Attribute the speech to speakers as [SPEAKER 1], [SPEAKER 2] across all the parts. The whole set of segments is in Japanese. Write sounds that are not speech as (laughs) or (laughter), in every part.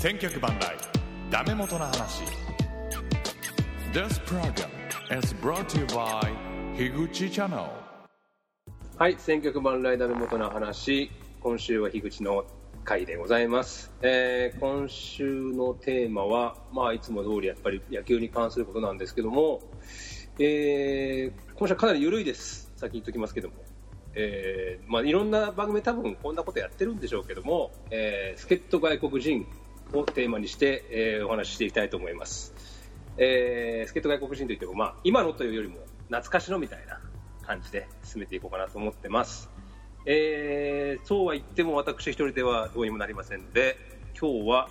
[SPEAKER 1] 千曲万来ダメ元の話 This program is brought to you by 樋口 Channel
[SPEAKER 2] はい、選曲万来ダメ元の話、今週は樋口の回でございます。えー今週のテーマは、まあ、いつも通りやっぱり野球に関することなんですけども、えー今週はかなり緩いです。先に言っときますけども。えーまあ、いろんな番組多分こんなことやってるんでしょうけども、えー、助っ人外国人をテーマにして、えーお話ししていきたいと思います。えー、助っ人外国人といっても、まあ、今のというよりも懐かしのみたいな感じで進めていこうかなと思ってます、えー、そうは言っても私一人ではどうにもなりませんので今日は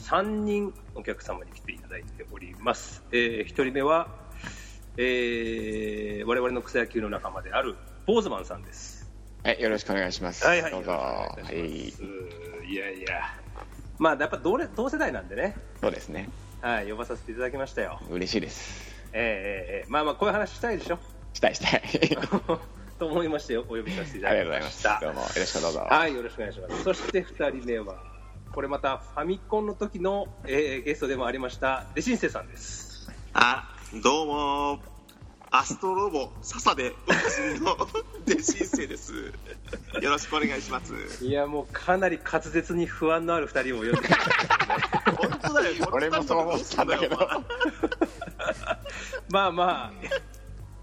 [SPEAKER 2] 3人お客様に来ていただいております、え1人目は、えー、我々の草野球の仲間であるボーズマンさんです
[SPEAKER 3] はい、よろしくお願いします。
[SPEAKER 2] はいはい。
[SPEAKER 3] どうぞ。
[SPEAKER 2] よ
[SPEAKER 3] は
[SPEAKER 2] ろしくお願いい
[SPEAKER 3] い
[SPEAKER 2] たし、ますいやいや。まあ、やっぱ同れ同世代なんでね、
[SPEAKER 3] そうですね。
[SPEAKER 2] はい、呼ばさせていただきましたよ。
[SPEAKER 3] 嬉しいです。
[SPEAKER 2] ええええええまあまあ、こういう話したいでしょ
[SPEAKER 3] した
[SPEAKER 2] (laughs)
[SPEAKER 3] いしたい。
[SPEAKER 2] と思いまして、お呼びさせていた
[SPEAKER 3] ありがと
[SPEAKER 2] だき
[SPEAKER 3] うござい
[SPEAKER 2] ま
[SPEAKER 3] ま
[SPEAKER 2] し
[SPEAKER 3] す。
[SPEAKER 2] た。
[SPEAKER 3] どうもよろしくどうぞ。
[SPEAKER 2] はい、よろしくお願いします。そして2人目は、これまたファミコンの時の、えーゲストでもありました、デシンセさんです。
[SPEAKER 4] あ、どうもアストロボ笹でおなじみのデシンセ (laughs) ですよろしくお願いします
[SPEAKER 2] いや、もうかなり滑舌に不安のある2人を呼んできました
[SPEAKER 4] 本当だよ
[SPEAKER 3] (laughs) 俺もそう思ったんだけど。
[SPEAKER 2] (laughs) まあまあ、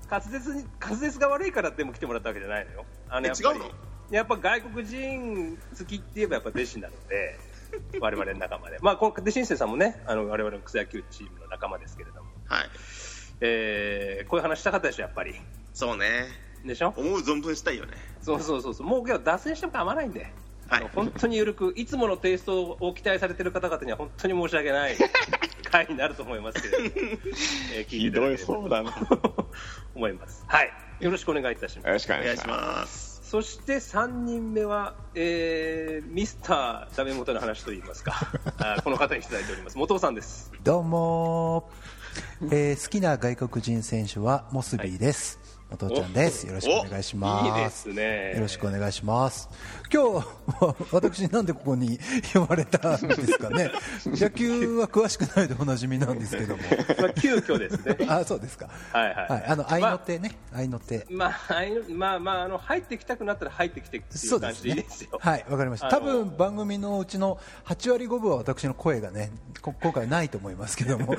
[SPEAKER 2] 滑舌に滑舌が悪いからでも来てもらったわけじゃないのよ。あの
[SPEAKER 4] え
[SPEAKER 2] やっぱり
[SPEAKER 4] 違うの
[SPEAKER 2] やっぱ外国人好きって言えばやっぱ弟子なので、我々の仲間で。まあ、この弟子生さんもね、あの我々の草野球チームの仲間ですけれども、
[SPEAKER 4] はい
[SPEAKER 2] えーこういう話したかったでしょ、やっぱり。
[SPEAKER 4] そうね
[SPEAKER 2] でしょ
[SPEAKER 4] 思う存分したいよね
[SPEAKER 2] そうそうそうそう。もう今日は脱線しても構わないんで。あ
[SPEAKER 4] はい
[SPEAKER 2] の本当に緩く、いつものテイストを期待されてる方々には本当に申し訳ない回になると思いますけれども、えー聞
[SPEAKER 3] ひ
[SPEAKER 2] いてただけれ
[SPEAKER 3] どい
[SPEAKER 2] ば
[SPEAKER 3] そうだな。よ
[SPEAKER 2] と思います。はい。よろしくお願いいたします。
[SPEAKER 3] ろしくお
[SPEAKER 4] お
[SPEAKER 3] 願
[SPEAKER 4] 願
[SPEAKER 3] い
[SPEAKER 4] い
[SPEAKER 3] し
[SPEAKER 4] し
[SPEAKER 3] ま
[SPEAKER 4] ます
[SPEAKER 2] そして3人目は、えーミスターダメ元の話といいますか、あーこの方にいただいております。元尾さんです。
[SPEAKER 5] どうもー、えー好きな外国人選手はモスビーです、お父ちゃんですよろしくお願いします
[SPEAKER 2] いいですね
[SPEAKER 5] よろしくお願いします今日 (laughs) 私なんでここに呼ばれたんですか
[SPEAKER 2] (laughs)
[SPEAKER 5] ね野球は詳しくないでおなじみなんですけども
[SPEAKER 2] まあ、急遽ですね。
[SPEAKER 5] (laughs) あそうですか
[SPEAKER 2] はいはい
[SPEAKER 5] あの愛の手ね、愛の手
[SPEAKER 2] まあ、あいまあ、まあ、あの、入ってきたくなったら入ってきてってい
[SPEAKER 5] そううで
[SPEAKER 2] 感
[SPEAKER 5] す
[SPEAKER 2] じでいい
[SPEAKER 5] ね
[SPEAKER 2] ですよ。。
[SPEAKER 5] はい、わかりました。
[SPEAKER 2] あの
[SPEAKER 5] 多分番組のうちの8割5分は私の声がね、こ (laughs) 今回ないと思いますけ
[SPEAKER 2] (laughs)
[SPEAKER 5] ども、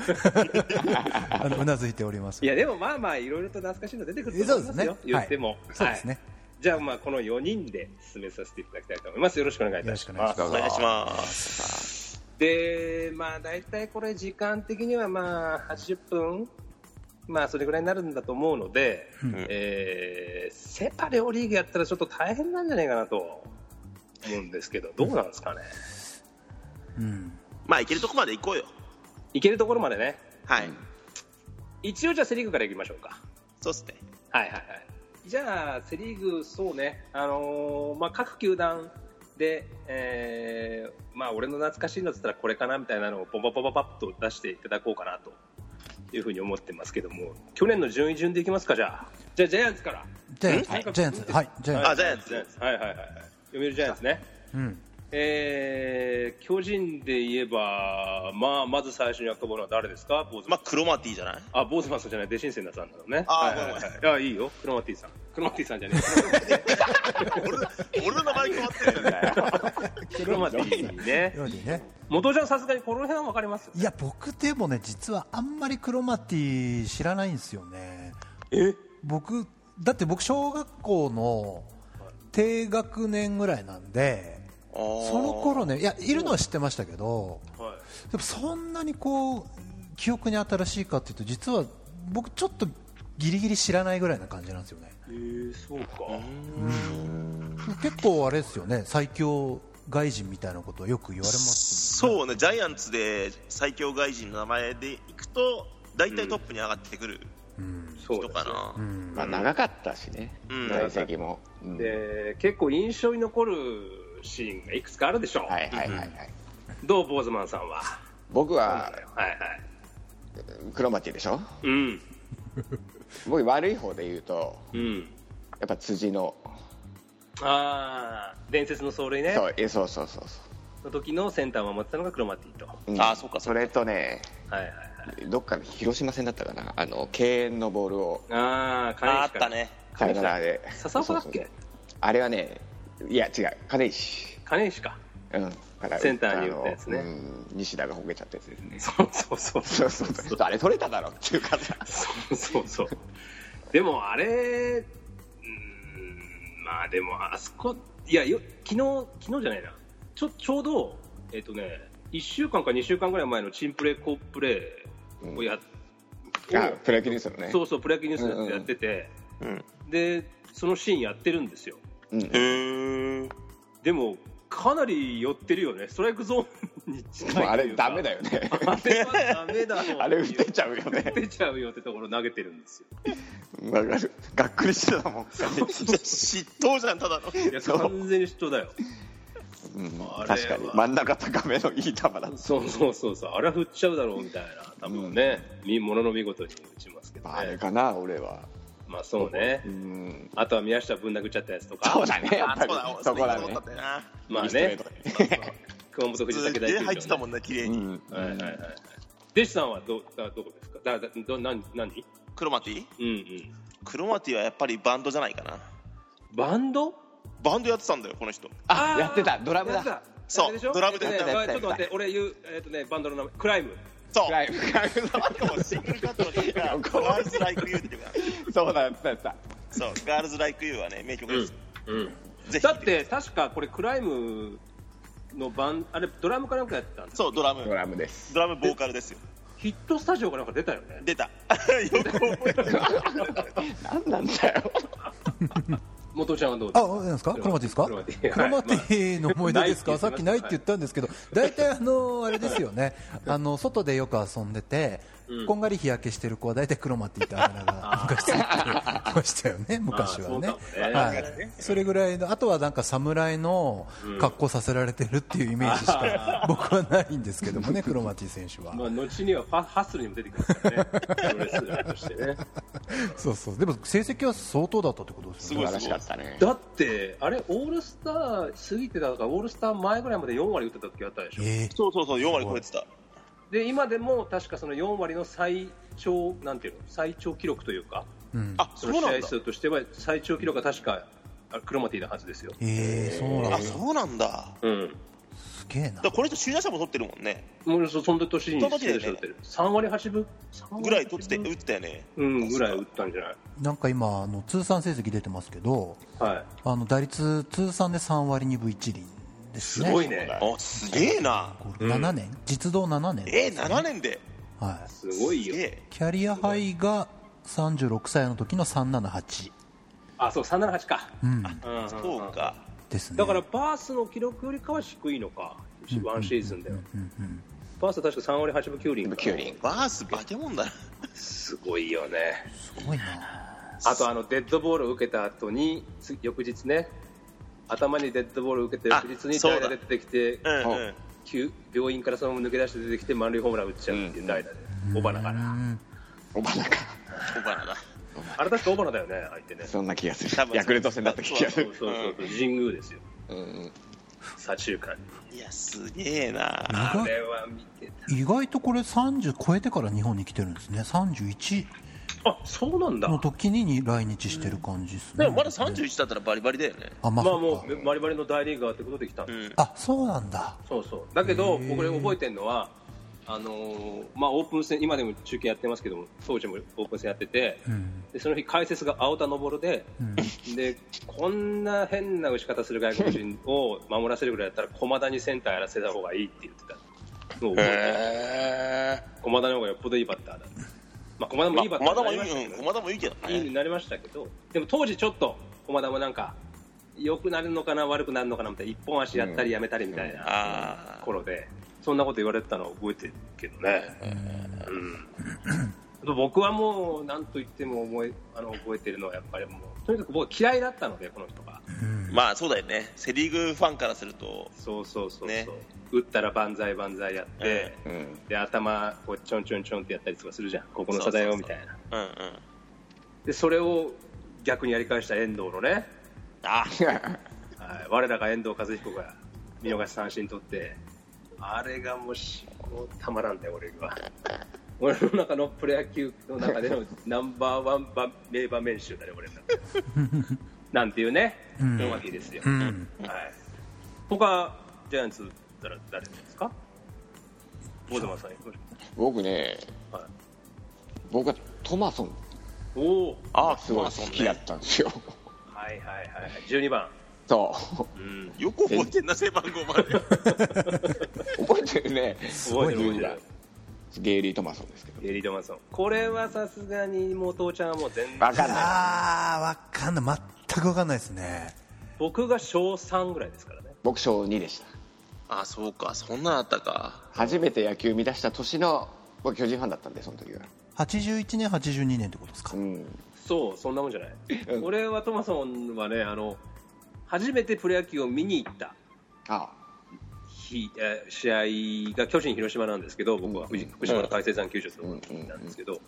[SPEAKER 5] あのうなずいております。
[SPEAKER 2] いや、でもまあまあ、いろいろと懐かしいの出てくると思います
[SPEAKER 5] そ
[SPEAKER 2] よ
[SPEAKER 5] うで。すね
[SPEAKER 2] 言っても。
[SPEAKER 5] はいそうですね
[SPEAKER 2] じゃあ、まあ、この4人で進めさせていただきたいと思います。よろしくお願いいたし
[SPEAKER 5] よろ
[SPEAKER 2] ま
[SPEAKER 5] し
[SPEAKER 2] す
[SPEAKER 3] す。。どう
[SPEAKER 4] お
[SPEAKER 3] ぞ。
[SPEAKER 4] 願いします
[SPEAKER 2] で、まあ、大体これ、時間的にはまあ、80分、まあ、それぐらいになるんだと思うので、えーセ・パ両リーグやったらちょっと大変なんじゃないかなと思うんですけど、どうなんですかね。
[SPEAKER 5] うん。
[SPEAKER 4] まあ行けるとこまで行こうよ
[SPEAKER 2] いけるところまでね。
[SPEAKER 4] はい、
[SPEAKER 2] 一応、じゃあ、セ・リーグからいきましょうか。
[SPEAKER 4] そうっすね
[SPEAKER 2] はいはいはい。じゃあ、セ・リーグ、そうね、あのーまあ、各球団で、えーまあ、俺の懐かしいのって言ったらこれかなみたいなのをポンポンポンポンポンと出していただこうかなというふうに思ってますけども、去年の順位順でいきますか、じゃあ。じゃあ、ジャイアンツから。
[SPEAKER 5] ジャイアンツ、はいジャイアンツ、はい、ジャイアン
[SPEAKER 4] あジャイアンツ
[SPEAKER 2] はいはいはいはい。読売ジャイアンツね。
[SPEAKER 5] ツ。うん。
[SPEAKER 2] えー、巨人で言えば、まあ、まず最初に遊ぶのは誰ですか、坊主
[SPEAKER 4] まあクロマティじゃない
[SPEAKER 2] あ、坊主マンさんじゃない、デシンセンナさんなのね。
[SPEAKER 4] あ
[SPEAKER 2] はいはい
[SPEAKER 4] ごめん
[SPEAKER 2] はい。あ、いいよ、クロマティさん。クロマティさんじゃね
[SPEAKER 4] (laughs) 俺の名前変わって
[SPEAKER 3] (laughs)
[SPEAKER 4] るよね
[SPEAKER 2] え。クロマティね。
[SPEAKER 5] ロディね。
[SPEAKER 2] 元ちゃんさすがにこの辺はわかります
[SPEAKER 5] いや、僕でもね、実はあんまりクロマティ知らないんですよね。
[SPEAKER 2] え
[SPEAKER 5] 僕、だって僕、小学校の低学年ぐらいなんで、その頃ね、いや、いるのは知ってましたけど、
[SPEAKER 2] は
[SPEAKER 5] でもそんなにこう記憶に新しいかというと実は僕ちょっとギリギリ知らないぐらいな感じなんですよね
[SPEAKER 2] い。えー、そうか。
[SPEAKER 5] 結構あれですよね最強外人みたいなことをよく言われます
[SPEAKER 4] そうねジャイアンツで最強外人の名前で行くと大体トップに上がってくる
[SPEAKER 2] そう
[SPEAKER 4] 人かな、
[SPEAKER 5] もんうん
[SPEAKER 3] まあ長かったしね。
[SPEAKER 4] うん
[SPEAKER 3] 在籍も。うん
[SPEAKER 2] ですねで、結構印象に残るシーンがいくつかあるでしょう。
[SPEAKER 3] はいはいはいはい。
[SPEAKER 2] どう、坊主マンさんは。
[SPEAKER 3] 僕は
[SPEAKER 2] はいはい。
[SPEAKER 3] クロマティでしょ。
[SPEAKER 2] うん。
[SPEAKER 3] 僕悪い方で言うと、
[SPEAKER 2] うん。
[SPEAKER 3] やっぱ辻の。
[SPEAKER 2] あー、伝説の走塁ね。
[SPEAKER 3] そうえそうそうそうそう。
[SPEAKER 2] の時のセンターを守ってたのがクロマティと。は
[SPEAKER 3] うん
[SPEAKER 4] あーそうか
[SPEAKER 3] それとね
[SPEAKER 2] いはいはい。
[SPEAKER 3] どっかの広島戦だったかなあの敬遠のボールを
[SPEAKER 2] ああ、金
[SPEAKER 4] ああ
[SPEAKER 2] 石
[SPEAKER 4] っ
[SPEAKER 2] か
[SPEAKER 4] た。ね
[SPEAKER 3] サヨナラで
[SPEAKER 2] 笹岡だっ
[SPEAKER 3] そう
[SPEAKER 2] け
[SPEAKER 3] そうあれはねいや違う金石、
[SPEAKER 2] 金石か。
[SPEAKER 3] うん、から
[SPEAKER 2] センターに打ったやつね
[SPEAKER 3] あのうん西田がほげちゃったやつですね
[SPEAKER 2] そうそうそう。
[SPEAKER 3] そうそうそうちょっとあれ取れただろうっていうかさ
[SPEAKER 2] そうそうそう。でもあれ、うーん、まあでもあそこ、いやよ、昨日、昨日じゃないな。ちょ、ちょうど、えっ、とね、1週間か2週間ぐらい前のチンプレー、コープレーをやっ、
[SPEAKER 3] あプロ野球ですよね
[SPEAKER 2] そうそう、プロ野球ニュースのやつやってて、
[SPEAKER 4] うん
[SPEAKER 2] で、そのシーンやってるんですよ。
[SPEAKER 3] うん
[SPEAKER 4] うーん
[SPEAKER 2] でも、かなり寄ってるよね。ストライクゾーンに近いとい
[SPEAKER 3] も
[SPEAKER 2] ううか
[SPEAKER 3] あれダメだよね
[SPEAKER 2] あれはダメだろう。
[SPEAKER 3] (laughs) あれ打てちゃうよね
[SPEAKER 2] 打てちゃうよってところ投げてるんですよ。
[SPEAKER 3] わかるがっくりしてたもん
[SPEAKER 4] 嫉妬じゃんただの
[SPEAKER 2] いや
[SPEAKER 3] そう
[SPEAKER 2] 完全に嫉妬だよ。
[SPEAKER 3] うん
[SPEAKER 2] あれは
[SPEAKER 3] 確かに真ん中高めのいい球だった
[SPEAKER 2] そうそうそうそう、あれは振っちゃうだろうみたいな、多分ね、みものの見事に打ちますけど
[SPEAKER 3] あれ
[SPEAKER 2] ね。
[SPEAKER 3] かな俺は
[SPEAKER 2] まあそうね
[SPEAKER 3] う。ん
[SPEAKER 2] あとは宮下ぶん殴っちゃったやつとか、
[SPEAKER 3] そうだねや
[SPEAKER 4] あ
[SPEAKER 3] っぱ
[SPEAKER 4] そ
[SPEAKER 3] り
[SPEAKER 4] うだ
[SPEAKER 3] そこだ
[SPEAKER 4] そう
[SPEAKER 3] ね
[SPEAKER 4] だったよな
[SPEAKER 2] まあ
[SPEAKER 3] ストレ
[SPEAKER 2] ね
[SPEAKER 3] ー、ト
[SPEAKER 2] 熊本藤
[SPEAKER 4] す
[SPEAKER 2] 崎
[SPEAKER 4] げえ
[SPEAKER 2] 大
[SPEAKER 4] 入ってたも
[SPEAKER 2] ん。
[SPEAKER 4] んね綺麗
[SPEAKER 3] う
[SPEAKER 4] に
[SPEAKER 3] ん
[SPEAKER 2] はいはいはい。弟子さんはどだどこですかだだど何何
[SPEAKER 4] クロマティ
[SPEAKER 2] うんうん。
[SPEAKER 4] クロマティはやっぱりバンドじゃないかな
[SPEAKER 2] バンド
[SPEAKER 4] バンドやってたんだよこの人
[SPEAKER 3] あやってたドラム
[SPEAKER 2] やって
[SPEAKER 3] だ
[SPEAKER 2] た
[SPEAKER 4] そう
[SPEAKER 2] あれしょ
[SPEAKER 4] ドラムでやっ
[SPEAKER 2] え
[SPEAKER 4] た
[SPEAKER 2] っとね
[SPEAKER 3] やった
[SPEAKER 2] あちょっと待って、俺言う、えっとね、バンドの名前、クライム。
[SPEAKER 4] そう
[SPEAKER 3] ライブ
[SPEAKER 4] もうシングルカットの時が「ガールズ・ライク・ユー」っていうか
[SPEAKER 3] そうだやってたやってた
[SPEAKER 4] そう「ガールズ・ライク・ユー」はね名曲です、ぜひ
[SPEAKER 2] だって、確かこれ、クライムのバン、あれ、ドラムかなんかやってたんです
[SPEAKER 4] そうドラ
[SPEAKER 3] ド
[SPEAKER 4] ム
[SPEAKER 3] ラムです
[SPEAKER 4] ドラムボーカルですよ
[SPEAKER 2] ヒットスタジオかなんか出たよね。
[SPEAKER 4] 出たよく覚えてる
[SPEAKER 3] 何なんだよ
[SPEAKER 2] 元ちゃんはどうです
[SPEAKER 5] あ、
[SPEAKER 2] か
[SPEAKER 5] なんですかクロマティですか
[SPEAKER 2] クロマティ
[SPEAKER 5] クロマティの思い出ですか、
[SPEAKER 2] はい
[SPEAKER 5] さっきないって言ったんですけど、大体あの、あれですよね、あの、外でよく遊んでて、こんがり日焼けしてる子は大体クロマティってあだ名が昔ついてましたよ
[SPEAKER 2] (laughs)
[SPEAKER 5] ね、昔
[SPEAKER 2] あーそ
[SPEAKER 5] はね
[SPEAKER 2] うかも。ね
[SPEAKER 5] はい。それぐらいの、あとはなんか侍の格好させられてるっていうイメージしか僕はないんですけどもね、クロマティ選手は。
[SPEAKER 2] まあ、後にはファハッスルにも出てきますからね、プロレスラーとしてね。
[SPEAKER 5] そうそう。でも成績は相当だったってことです
[SPEAKER 4] す
[SPEAKER 5] よ
[SPEAKER 4] ご
[SPEAKER 5] ね。
[SPEAKER 3] 素
[SPEAKER 4] い
[SPEAKER 3] 晴らしかったね
[SPEAKER 2] だって、あれ、オールスター過ぎてたのか、オールスター前ぐらいまで4割打ってた時あったでしょ、
[SPEAKER 5] え
[SPEAKER 4] (laughs) そうそうそう4割超えてた
[SPEAKER 2] で今でも確かその4割の最長、なんていうの、最長記録というか、
[SPEAKER 5] えうん。
[SPEAKER 4] あ
[SPEAKER 2] そ
[SPEAKER 4] そう
[SPEAKER 2] の
[SPEAKER 4] な
[SPEAKER 2] 試
[SPEAKER 4] ん
[SPEAKER 2] 合
[SPEAKER 4] だ
[SPEAKER 2] 数としては、最長記録は確かあクロマティのはずですよ。
[SPEAKER 5] ええそうなん
[SPEAKER 4] あ
[SPEAKER 5] だ。す
[SPEAKER 4] そうなんだだか
[SPEAKER 2] うん
[SPEAKER 5] げえな
[SPEAKER 4] ら。この人首位打者も取ってるもんね
[SPEAKER 2] もうそその年に
[SPEAKER 4] その時だよね
[SPEAKER 2] 打ってる、3割8分
[SPEAKER 4] ぐらい取って
[SPEAKER 2] 3割
[SPEAKER 4] 打ったよね
[SPEAKER 2] 8分うん、ぐらい打ったんじゃない、
[SPEAKER 5] なんか今あの通算成績出てますけど、
[SPEAKER 2] はい、
[SPEAKER 5] あの打率通算で3割2分1厘です
[SPEAKER 2] す
[SPEAKER 5] ね。
[SPEAKER 2] ごいね、
[SPEAKER 4] あすげえな
[SPEAKER 5] これ7年、実動7年、
[SPEAKER 4] えー、7年で、
[SPEAKER 5] はい。
[SPEAKER 2] すごい
[SPEAKER 4] す
[SPEAKER 2] よ
[SPEAKER 4] げ。え
[SPEAKER 5] キャリアハイが36歳の時の378
[SPEAKER 2] あ、そう、378か。
[SPEAKER 5] うん
[SPEAKER 2] うん
[SPEAKER 4] そうか
[SPEAKER 5] ですね。
[SPEAKER 2] だからバースの記録よりかは低いのか、ワンシーズンでは。バースは確か3割8分9厘か。
[SPEAKER 3] キュウリン
[SPEAKER 4] バース化け物だな
[SPEAKER 2] すごいよね。
[SPEAKER 5] すごいな。
[SPEAKER 2] あと、あの、デッドボールを受けた後に、つ翌日ね、頭にデッドボールを受けて、
[SPEAKER 4] あ
[SPEAKER 2] 翌日に代打で出てきて、
[SPEAKER 4] うん
[SPEAKER 3] お
[SPEAKER 4] うん
[SPEAKER 2] 急病院からそのまま抜け出して出てきて、満塁ホームラン打っちゃうっていう代打で、尾花から。
[SPEAKER 3] おばなか
[SPEAKER 4] 小花だ
[SPEAKER 2] あれ確か尾花だよね、相手ね。そ
[SPEAKER 3] そんな気がす
[SPEAKER 4] 多
[SPEAKER 3] る
[SPEAKER 4] 分
[SPEAKER 3] ヤクルト戦だった気がす
[SPEAKER 2] う
[SPEAKER 3] る
[SPEAKER 2] そうそう、神宮ですよ、
[SPEAKER 3] うん
[SPEAKER 2] 左中間に。
[SPEAKER 4] いやすげえな
[SPEAKER 5] 意
[SPEAKER 2] あ
[SPEAKER 5] 外
[SPEAKER 2] れは見てた。
[SPEAKER 5] 意外とこれ30超えてから日本に来てるんですね。31
[SPEAKER 2] あ、そうなんだ。
[SPEAKER 5] の時にに来日してる感じですね。
[SPEAKER 4] でもまだ31だったらバリバリだよね
[SPEAKER 5] あ、ま
[SPEAKER 2] ま
[SPEAKER 5] あ、
[SPEAKER 2] あもう、バリバリの大リーガーってことできたんです
[SPEAKER 5] う。あ、そうなんだ。
[SPEAKER 2] そうそう。だけど、
[SPEAKER 5] へー
[SPEAKER 2] 僕れ覚えてるのは、あのーまあ、オープン戦、今でも中継やってますけども、当時もオープン戦やってて、
[SPEAKER 5] うん。
[SPEAKER 2] でその日解説が青田昇で、
[SPEAKER 5] うん
[SPEAKER 2] で、こんな変な打ち方する外国人を守らせるぐらいだったら、駒田にセンターやらせた方がいいって言ってた。もう覚え
[SPEAKER 4] へえ
[SPEAKER 2] てる駒田の方がよっぽどいいバッターだ。まあ、駒田もいいバッター
[SPEAKER 4] 駒
[SPEAKER 2] に
[SPEAKER 4] 田
[SPEAKER 2] な
[SPEAKER 4] も
[SPEAKER 2] り
[SPEAKER 4] い
[SPEAKER 2] ましたけ
[SPEAKER 4] いうん
[SPEAKER 2] ど
[SPEAKER 4] 駒田もいいけど
[SPEAKER 2] いいに
[SPEAKER 4] ね
[SPEAKER 2] なりましたけど、でも当時ちょっと駒田もなんか、良くなるのかな、悪くなるのかなみたいな、一本足やったりやめたりみたいな。
[SPEAKER 4] ああ
[SPEAKER 2] 頃でそんなこと言われてたのを覚えてるけどね、うん、僕はもう何と言っても覚えあの覚えてるのはやっぱりもうとにかく僕嫌いだったのでこの人が
[SPEAKER 4] まあそうだよねセ・リーグファンからすると
[SPEAKER 2] そうそうそうそう、
[SPEAKER 4] ね
[SPEAKER 2] 打ったら万歳万歳やって、
[SPEAKER 3] うん
[SPEAKER 2] で頭こうちょんちょんちょんってやったりとかするじゃんここの差だよみたいな
[SPEAKER 4] うんうん
[SPEAKER 2] でそれを逆にやり返した遠藤のね、
[SPEAKER 4] あ
[SPEAKER 2] はい、我らが遠藤和彦が見逃し三振取って、あれがもうし、もうたまらんだよ、俺は。 (laughs) 俺の中のプロ野球の中でのナンバーワン場名場面集だね、俺の中でなんていうね、のわけですよ。
[SPEAKER 5] うん、
[SPEAKER 2] はい。他、ジャイアンツだら誰ですか大島さん。
[SPEAKER 3] 僕ね、
[SPEAKER 2] はい
[SPEAKER 3] 僕はトマソン
[SPEAKER 2] おお。
[SPEAKER 4] ああ、
[SPEAKER 3] すごい好きだったんですよ。
[SPEAKER 2] はいはいはい。12番。
[SPEAKER 3] そ
[SPEAKER 2] うん。
[SPEAKER 4] よく覚えてんな、背番号まで。
[SPEAKER 3] う。覚えてるね。
[SPEAKER 2] 覚えてる覚えて
[SPEAKER 3] 12番
[SPEAKER 2] る。
[SPEAKER 3] ゲイリー・トマソンですけど。
[SPEAKER 2] エリードマンソン。これはさすがに妹ちゃんはもう全然。
[SPEAKER 3] わかんない。
[SPEAKER 5] あーわかんない全くわかんないですね
[SPEAKER 2] 僕が小3ぐらいですからね。
[SPEAKER 3] 僕、小2でした。
[SPEAKER 4] (laughs) ああ、そうか、そんなんあったか。
[SPEAKER 3] 初めて野球見出した年の、僕、巨人ファンだったんで、その時は。
[SPEAKER 5] 81年82年ってことですか
[SPEAKER 3] うん。
[SPEAKER 2] そう、そんなもんじゃない。
[SPEAKER 3] う
[SPEAKER 2] (laughs)
[SPEAKER 3] ん
[SPEAKER 2] 俺はトマソンはね、あの、初めてプロ野球を見に行った
[SPEAKER 3] あ
[SPEAKER 2] 日、えー試合が巨人広島なんですけど、僕は
[SPEAKER 3] うん
[SPEAKER 2] 藤福島の大成山球場
[SPEAKER 3] う
[SPEAKER 2] の
[SPEAKER 3] んうん
[SPEAKER 2] なんですけど、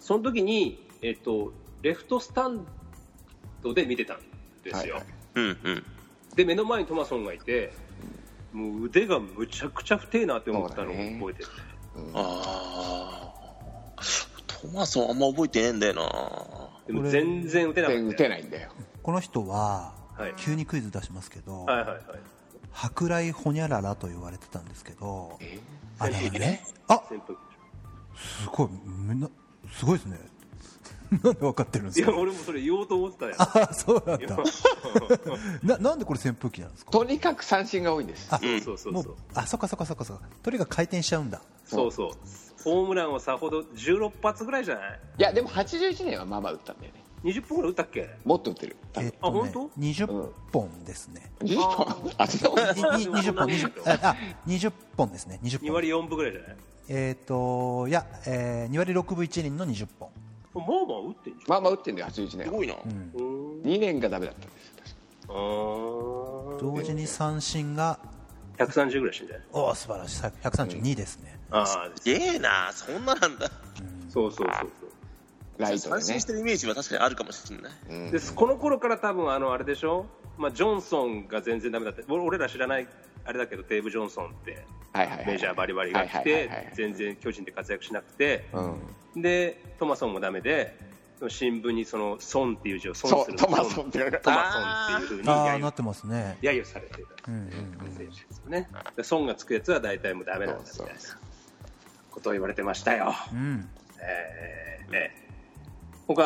[SPEAKER 2] その時に、えっと、レフトスタンドで見てたんですよ。
[SPEAKER 3] はいは
[SPEAKER 4] うんうん。
[SPEAKER 2] で目の前にトマソンがいてもう腕がむちゃくちゃ太えなって思ったのを
[SPEAKER 3] そうだね
[SPEAKER 2] 覚えてる、
[SPEAKER 4] ああ。トマソンあんま覚えてねえんだよな。
[SPEAKER 2] でも全然打て
[SPEAKER 3] あ。
[SPEAKER 2] なかっ
[SPEAKER 3] で、
[SPEAKER 2] たよ
[SPEAKER 3] 打てないんだよ。
[SPEAKER 5] この人は、
[SPEAKER 2] はい
[SPEAKER 5] 急にクイズ出しますけど、
[SPEAKER 2] はいはいはい
[SPEAKER 5] 舶来ほにゃららと言われてたんですけど
[SPEAKER 3] え
[SPEAKER 5] あれあれあ
[SPEAKER 2] 扇風
[SPEAKER 5] すごいみんなすごいですね (laughs) なんでわかってるん
[SPEAKER 2] 機
[SPEAKER 5] です
[SPEAKER 2] いや
[SPEAKER 5] か
[SPEAKER 2] 俺もそれ言おうと思ってたよ
[SPEAKER 5] (laughs) あそうなん
[SPEAKER 2] いや
[SPEAKER 5] だ (laughs) ななんでこれ扇風機なんですか
[SPEAKER 3] とにかく三振が多いんです。
[SPEAKER 5] あ
[SPEAKER 2] そうそうそ
[SPEAKER 5] も
[SPEAKER 2] う
[SPEAKER 5] うあそっかそっかそっかそっかとにかく回転しちゃうんだ
[SPEAKER 2] そうそうホームランはさほど16発ぐらいじゃない
[SPEAKER 3] いや、でも81年はまあまあ打ったんだよね。
[SPEAKER 2] 20本ぐらい打ったっけ
[SPEAKER 3] もっと打ってる。多
[SPEAKER 5] えっ
[SPEAKER 3] 分
[SPEAKER 5] と
[SPEAKER 2] あ
[SPEAKER 5] ね
[SPEAKER 2] 本当
[SPEAKER 5] 20本ですね
[SPEAKER 3] 20本 (laughs) あ、そう
[SPEAKER 5] に20本20ああ20本ですね
[SPEAKER 2] 2
[SPEAKER 5] 20
[SPEAKER 2] 割
[SPEAKER 5] 本
[SPEAKER 2] 4分ぐらいじゃない
[SPEAKER 5] えっ、といや、えー、2割6分1厘の20本
[SPEAKER 2] まあまあ打ってんじゃん
[SPEAKER 3] まあまあ打ってんだよ、81
[SPEAKER 4] す
[SPEAKER 3] 年は。
[SPEAKER 4] ごいな。
[SPEAKER 5] うん
[SPEAKER 2] うーん
[SPEAKER 3] 2年がダメだったんですよ、確か
[SPEAKER 2] あー
[SPEAKER 5] 同時に三振が
[SPEAKER 2] 130ぐらいしてんじゃない
[SPEAKER 5] おお素晴らしい132ですね、
[SPEAKER 2] ああ
[SPEAKER 4] すげえな、そんななんだ。
[SPEAKER 2] そうそうそうそう
[SPEAKER 3] ライト
[SPEAKER 4] 三
[SPEAKER 3] でね
[SPEAKER 4] 振し。てるイメージは確かにあるかもしれない。
[SPEAKER 3] うん
[SPEAKER 2] ですこの頃から多分あのあれでしょ、まあ、ジョンソンが全然ダメだった俺俺ら知らないあれだけどデーブ・ジョンソンって
[SPEAKER 3] はいはいはい
[SPEAKER 2] メジャーバリバリが来
[SPEAKER 3] はいはいはいは
[SPEAKER 2] て
[SPEAKER 3] い
[SPEAKER 2] 全然巨人で活躍しなくて
[SPEAKER 3] うん
[SPEAKER 2] でトマソンもダメで新聞にその「ソン」っていう字を損
[SPEAKER 3] そ
[SPEAKER 2] す
[SPEAKER 3] う、
[SPEAKER 2] る
[SPEAKER 3] トマソンって (laughs) いう
[SPEAKER 2] ト
[SPEAKER 3] か、
[SPEAKER 2] マソンっていうふうに
[SPEAKER 5] ああ
[SPEAKER 2] 揶
[SPEAKER 5] なっ
[SPEAKER 2] 揄
[SPEAKER 5] てますね
[SPEAKER 2] 揶揄されて
[SPEAKER 5] う
[SPEAKER 2] た
[SPEAKER 5] んうん
[SPEAKER 2] 選手ですよねでソンがつくやつは大体もうダメなんだみたいなことを言われてましたよ
[SPEAKER 5] うんうん
[SPEAKER 2] えーえー他、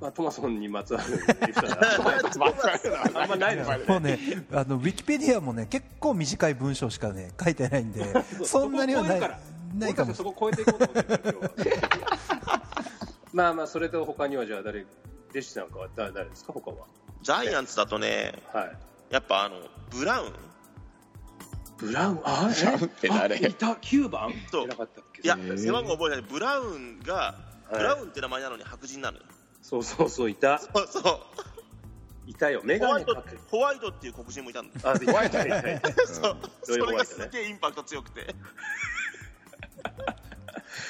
[SPEAKER 2] まあ、トマソンにまつわるエピソードはあんまないですよね
[SPEAKER 5] もうね、あのウィキペディアもね、結構短い文章しかね、書いてないんで、 (laughs) そんなにはない
[SPEAKER 2] (laughs) そこ超えるから。
[SPEAKER 5] ないか
[SPEAKER 2] 俺た
[SPEAKER 5] もしれ
[SPEAKER 2] ちはそこ超えていこうと思ってるから今日
[SPEAKER 5] (laughs)
[SPEAKER 2] はまあまあそれと他にはじゃあ誰弟子なんかは誰誰ですか他は
[SPEAKER 4] ジャイアンツだとね、
[SPEAKER 2] はい
[SPEAKER 4] やっぱあの、ブラウン。
[SPEAKER 2] ブラウンあ
[SPEAKER 3] ブラウンって誰
[SPEAKER 2] あいた9番
[SPEAKER 4] そう
[SPEAKER 2] いなかったっけ
[SPEAKER 4] いや
[SPEAKER 2] そ、
[SPEAKER 4] 背番号覚えてない。ブラウンが、
[SPEAKER 2] い
[SPEAKER 4] ブラウンって名前なのに白人なのよ。
[SPEAKER 2] うそうそういた
[SPEAKER 4] そうそう。
[SPEAKER 2] いたよメ
[SPEAKER 4] ホ
[SPEAKER 2] ガ
[SPEAKER 4] ワ
[SPEAKER 2] ネ
[SPEAKER 4] イト
[SPEAKER 2] か
[SPEAKER 4] っ
[SPEAKER 2] け
[SPEAKER 4] て、ホワイトっていう黒人もいたんだよ。
[SPEAKER 2] あいたいたいたいた
[SPEAKER 4] (laughs) そう。
[SPEAKER 2] どう
[SPEAKER 4] (laughs) そ
[SPEAKER 2] いうホ
[SPEAKER 4] れ
[SPEAKER 2] ワイ
[SPEAKER 4] が
[SPEAKER 2] ト
[SPEAKER 4] す
[SPEAKER 2] ね
[SPEAKER 4] げえインパクト強く (laughs) て。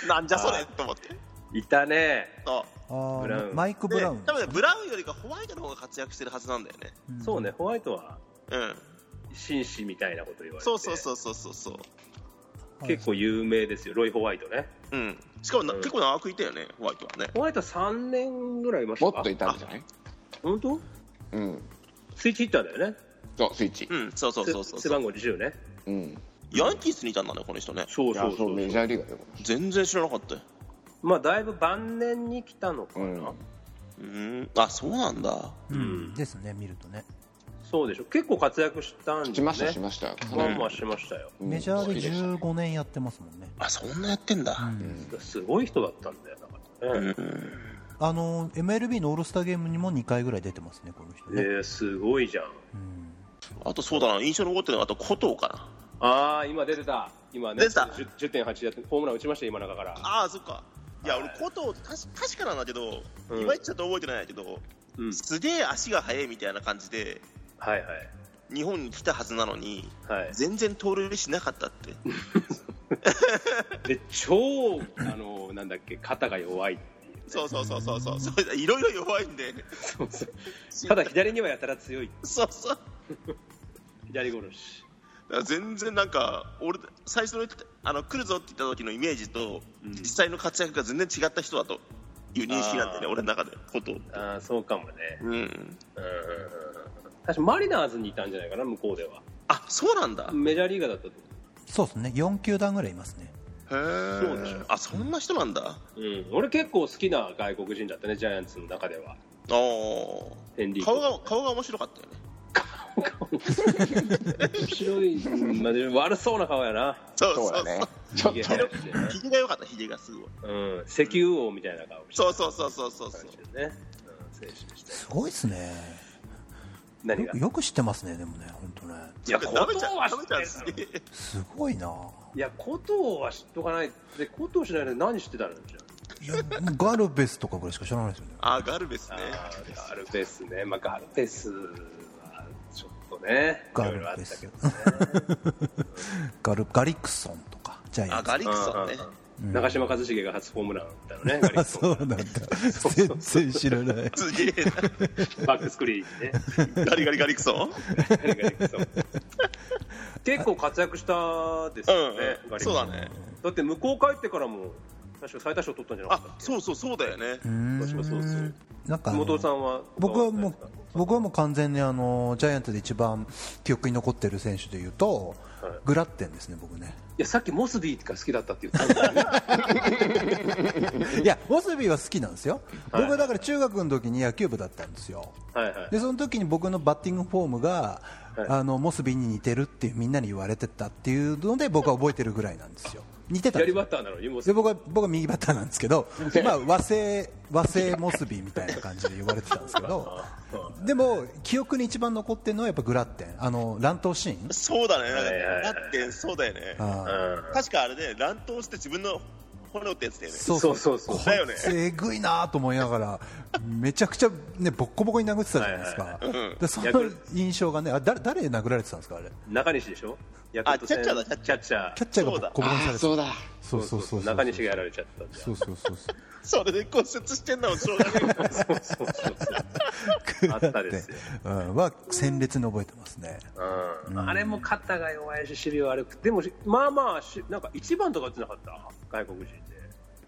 [SPEAKER 4] なんじゃそれと思って。
[SPEAKER 2] いたね
[SPEAKER 4] そ
[SPEAKER 5] あ
[SPEAKER 2] ブラウ
[SPEAKER 5] ー
[SPEAKER 2] ン
[SPEAKER 5] マイク・
[SPEAKER 4] う。
[SPEAKER 5] ブ
[SPEAKER 4] で、
[SPEAKER 5] ラ
[SPEAKER 4] 多
[SPEAKER 5] ウン、
[SPEAKER 4] 分ね、ブラウンよりかホワイトの方が活躍してるはずなんだよね。
[SPEAKER 5] ん
[SPEAKER 2] そうねホワイトは
[SPEAKER 4] うん。
[SPEAKER 2] 紳士みたいなこと言われて
[SPEAKER 4] そうそうそうそうそうそう。
[SPEAKER 2] 結構有名ですよロイ・ホワイトね
[SPEAKER 4] うん。しかもな、
[SPEAKER 2] うん
[SPEAKER 4] 結構長くいたよね、ホワイトはね。
[SPEAKER 2] ホワイト3年ぐらいいまし
[SPEAKER 3] も
[SPEAKER 2] た
[SPEAKER 3] っ
[SPEAKER 2] か
[SPEAKER 3] といたんじゃない
[SPEAKER 2] 本当
[SPEAKER 3] うん。
[SPEAKER 2] スイッチヒッターだよね
[SPEAKER 3] そう、スイッチ
[SPEAKER 4] う。ん、そうそうそうそう
[SPEAKER 2] 背。番号20ね
[SPEAKER 3] うん。
[SPEAKER 4] ヤンキースにいたんだね、この人ね。
[SPEAKER 2] そう
[SPEAKER 3] いや
[SPEAKER 2] そう、そ
[SPEAKER 3] そう、
[SPEAKER 2] う
[SPEAKER 3] メジャーリーガーだよ、こ
[SPEAKER 4] 全然知らなかったよ。
[SPEAKER 2] まあだいぶ晩年に来たのかな、
[SPEAKER 3] うん
[SPEAKER 4] うーん。あ、そうなんだ。
[SPEAKER 5] うんですね、見るとね、
[SPEAKER 2] そうでしょ結構活躍したんで
[SPEAKER 3] の
[SPEAKER 2] ね
[SPEAKER 3] しました、しました。
[SPEAKER 2] まあまあしましたよ、
[SPEAKER 3] うん
[SPEAKER 5] メジャー
[SPEAKER 3] 好
[SPEAKER 5] で
[SPEAKER 3] きした
[SPEAKER 5] 15年やってますもんね、
[SPEAKER 4] あ、そんなやってんだ。
[SPEAKER 2] すごい人だったんだよだからね、
[SPEAKER 5] あの MLB のオールスターゲームにも2回ぐらい出てますね、この人
[SPEAKER 2] え
[SPEAKER 5] ね、
[SPEAKER 2] ーすごいじゃん
[SPEAKER 4] あとそうだな、印象に残ってるのは、あと、古藤かな。
[SPEAKER 2] ああ今出てた今ね
[SPEAKER 4] 出てた
[SPEAKER 2] 10 10.8やってホームラン打ちました今中から
[SPEAKER 4] ああ、そっか。いや、俺、古藤、たし確かなんだけど、
[SPEAKER 2] うん
[SPEAKER 4] いまいちちょっと覚えてないんだけど、
[SPEAKER 2] うん
[SPEAKER 4] すげえ足が速いみたいな感じで、
[SPEAKER 2] はいはい
[SPEAKER 4] 日本に来たはずなのに、
[SPEAKER 2] はい
[SPEAKER 4] 全然盗塁しなかったって。
[SPEAKER 2] で超あのなんだっけ肩が弱 (laughs) い
[SPEAKER 4] そうそうそうそうそう。そう (laughs) いろいろ弱いんで。
[SPEAKER 2] ただ左にはやたら強い
[SPEAKER 4] そうそう。
[SPEAKER 2] 左殺し
[SPEAKER 4] から全然なんか俺最初のあの来るぞって言った時のイメージと、実際の活躍が全然違った人だという認識なんだよね
[SPEAKER 2] あー
[SPEAKER 4] 俺の中でこと
[SPEAKER 2] ああそうかもね
[SPEAKER 4] うん
[SPEAKER 2] うんうんうんうん確かマリナーズにいたんじゃないかな向こうでは
[SPEAKER 4] あそうなんだ、へ
[SPEAKER 2] メジャーリーガーだったと
[SPEAKER 5] そうですね4球団ぐらいいますね
[SPEAKER 4] え
[SPEAKER 2] そうでしょ
[SPEAKER 4] あそんな人なんだ、
[SPEAKER 2] 思う、うん、俺結構好きな外国人だったねジャイアンツの中では
[SPEAKER 4] あー
[SPEAKER 2] ヘンリー
[SPEAKER 4] 顔が顔が面白かったよね
[SPEAKER 2] 面白い、うんまあ、でも (laughs) 悪そうな顔やな
[SPEAKER 4] そう
[SPEAKER 3] そう
[SPEAKER 4] そ
[SPEAKER 3] だ
[SPEAKER 4] うそう
[SPEAKER 3] ねちょっ
[SPEAKER 2] ヒゲ生
[SPEAKER 3] と
[SPEAKER 2] やしてね
[SPEAKER 4] ひげが良かったひげがすごい
[SPEAKER 2] うん、石油王みたいな顔して
[SPEAKER 4] そうそうそうそうそうそう
[SPEAKER 2] うね、うん、精神して
[SPEAKER 5] すごいですね
[SPEAKER 2] 何
[SPEAKER 5] よ
[SPEAKER 2] が
[SPEAKER 5] くよく知ってますねでもね本当ね
[SPEAKER 2] いや
[SPEAKER 4] なんか舐めちゃ
[SPEAKER 2] こと
[SPEAKER 4] う
[SPEAKER 2] は
[SPEAKER 4] 舐めちゃう
[SPEAKER 2] してる
[SPEAKER 4] すげえ
[SPEAKER 5] すごいない
[SPEAKER 2] やことは知っとかないでことをしないで何知ってたのじゃ
[SPEAKER 5] いやガルベスとかぐらいしか知らないですよね
[SPEAKER 4] あガルベスね
[SPEAKER 2] ああガルペスねまあガルペスはちょっとね
[SPEAKER 5] ガルベス
[SPEAKER 2] いろいろ
[SPEAKER 5] (laughs) ガルガリクソンとかジャイア
[SPEAKER 4] あ
[SPEAKER 5] ンツ
[SPEAKER 4] ガリクソンね
[SPEAKER 2] あ長嶋一茂が初ホームラン打ったのねガリ
[SPEAKER 5] あ
[SPEAKER 2] ッソ
[SPEAKER 5] (laughs) そう
[SPEAKER 2] ン
[SPEAKER 5] なんだ全然知ら
[SPEAKER 2] (laughs)
[SPEAKER 5] ない
[SPEAKER 4] すげえ
[SPEAKER 2] バックスクリーンにね
[SPEAKER 4] なガリガリガリクソン
[SPEAKER 2] ガリガリッソン結構活躍したですよね、
[SPEAKER 4] うん
[SPEAKER 2] ガリッソ
[SPEAKER 4] そ
[SPEAKER 2] ン
[SPEAKER 4] うだね
[SPEAKER 2] だって向こう帰ってからも確か最多勝取ったんじゃなか
[SPEAKER 4] あそうそうそうだよね
[SPEAKER 5] うん
[SPEAKER 2] 確かそうですよ
[SPEAKER 5] なんか
[SPEAKER 2] った
[SPEAKER 5] あの
[SPEAKER 2] 元さんは
[SPEAKER 5] 僕はもう僕はもう完全にあのジャイアンツで一番記憶に残ってる選手でいうと、
[SPEAKER 2] はい
[SPEAKER 5] グラッテンですね、僕ね。
[SPEAKER 2] いやさっきモスビーが好きだったって言ったんだよ
[SPEAKER 5] (laughs)
[SPEAKER 2] ね
[SPEAKER 5] いや、モスビーは好きなんですよ、
[SPEAKER 2] はい
[SPEAKER 5] 僕はだから中学の時に野球部だったんですよ、
[SPEAKER 2] はいはい
[SPEAKER 5] でその時に僕のバッティングフォームが、
[SPEAKER 2] はい
[SPEAKER 5] あのモスビーに似てるっていうみんなに言われてたっていうので、僕は覚えてるぐらいなんですよ、似てたんで
[SPEAKER 2] 左
[SPEAKER 5] すよ
[SPEAKER 2] バッターなのにモス
[SPEAKER 5] で
[SPEAKER 2] ビー
[SPEAKER 5] 僕は僕は右バッターなんです
[SPEAKER 2] (laughs)
[SPEAKER 5] けど、まあ、和製和製モスビーみたいな感じで呼ばれてたんです
[SPEAKER 2] (laughs)
[SPEAKER 5] けどでも記憶に一番残ってるのはやっぱグラッテンあの乱闘シーン
[SPEAKER 4] そうだね
[SPEAKER 2] いはいはい
[SPEAKER 4] だってそうだよね
[SPEAKER 5] あ
[SPEAKER 4] 確かあれね乱闘して自分の骨折ったやつだよね
[SPEAKER 5] ー
[SPEAKER 2] そうそうそう
[SPEAKER 5] こ
[SPEAKER 4] だよね
[SPEAKER 5] いつえぐいなと思いながらめちゃくちゃ、ね、ボッコボコに殴ってたじゃないですか、でそ
[SPEAKER 2] ヤ
[SPEAKER 5] の
[SPEAKER 2] クル
[SPEAKER 5] 印象がねあ誰誰殴られてたんですかあれ
[SPEAKER 2] 中西でしょヤクルト
[SPEAKER 4] あ
[SPEAKER 2] 戦
[SPEAKER 4] キャッチャーだ
[SPEAKER 2] キャッチャー
[SPEAKER 5] キャッチャ
[SPEAKER 4] そう
[SPEAKER 5] ーがボッ
[SPEAKER 4] だ
[SPEAKER 5] コボコにされ
[SPEAKER 3] あ
[SPEAKER 5] てた
[SPEAKER 3] そうだ
[SPEAKER 5] そうそうそう
[SPEAKER 2] 中西がやられちゃったんだ
[SPEAKER 5] そうそうそうそう
[SPEAKER 4] それで骨折してんのもしょうがない
[SPEAKER 2] そうそうそうそうあったですよ、
[SPEAKER 5] うん、は鮮烈に覚えてますね
[SPEAKER 2] うんあれも肩が弱いし守備悪くてでもしまあまあしなんか1番とか打ってなかった外国人で、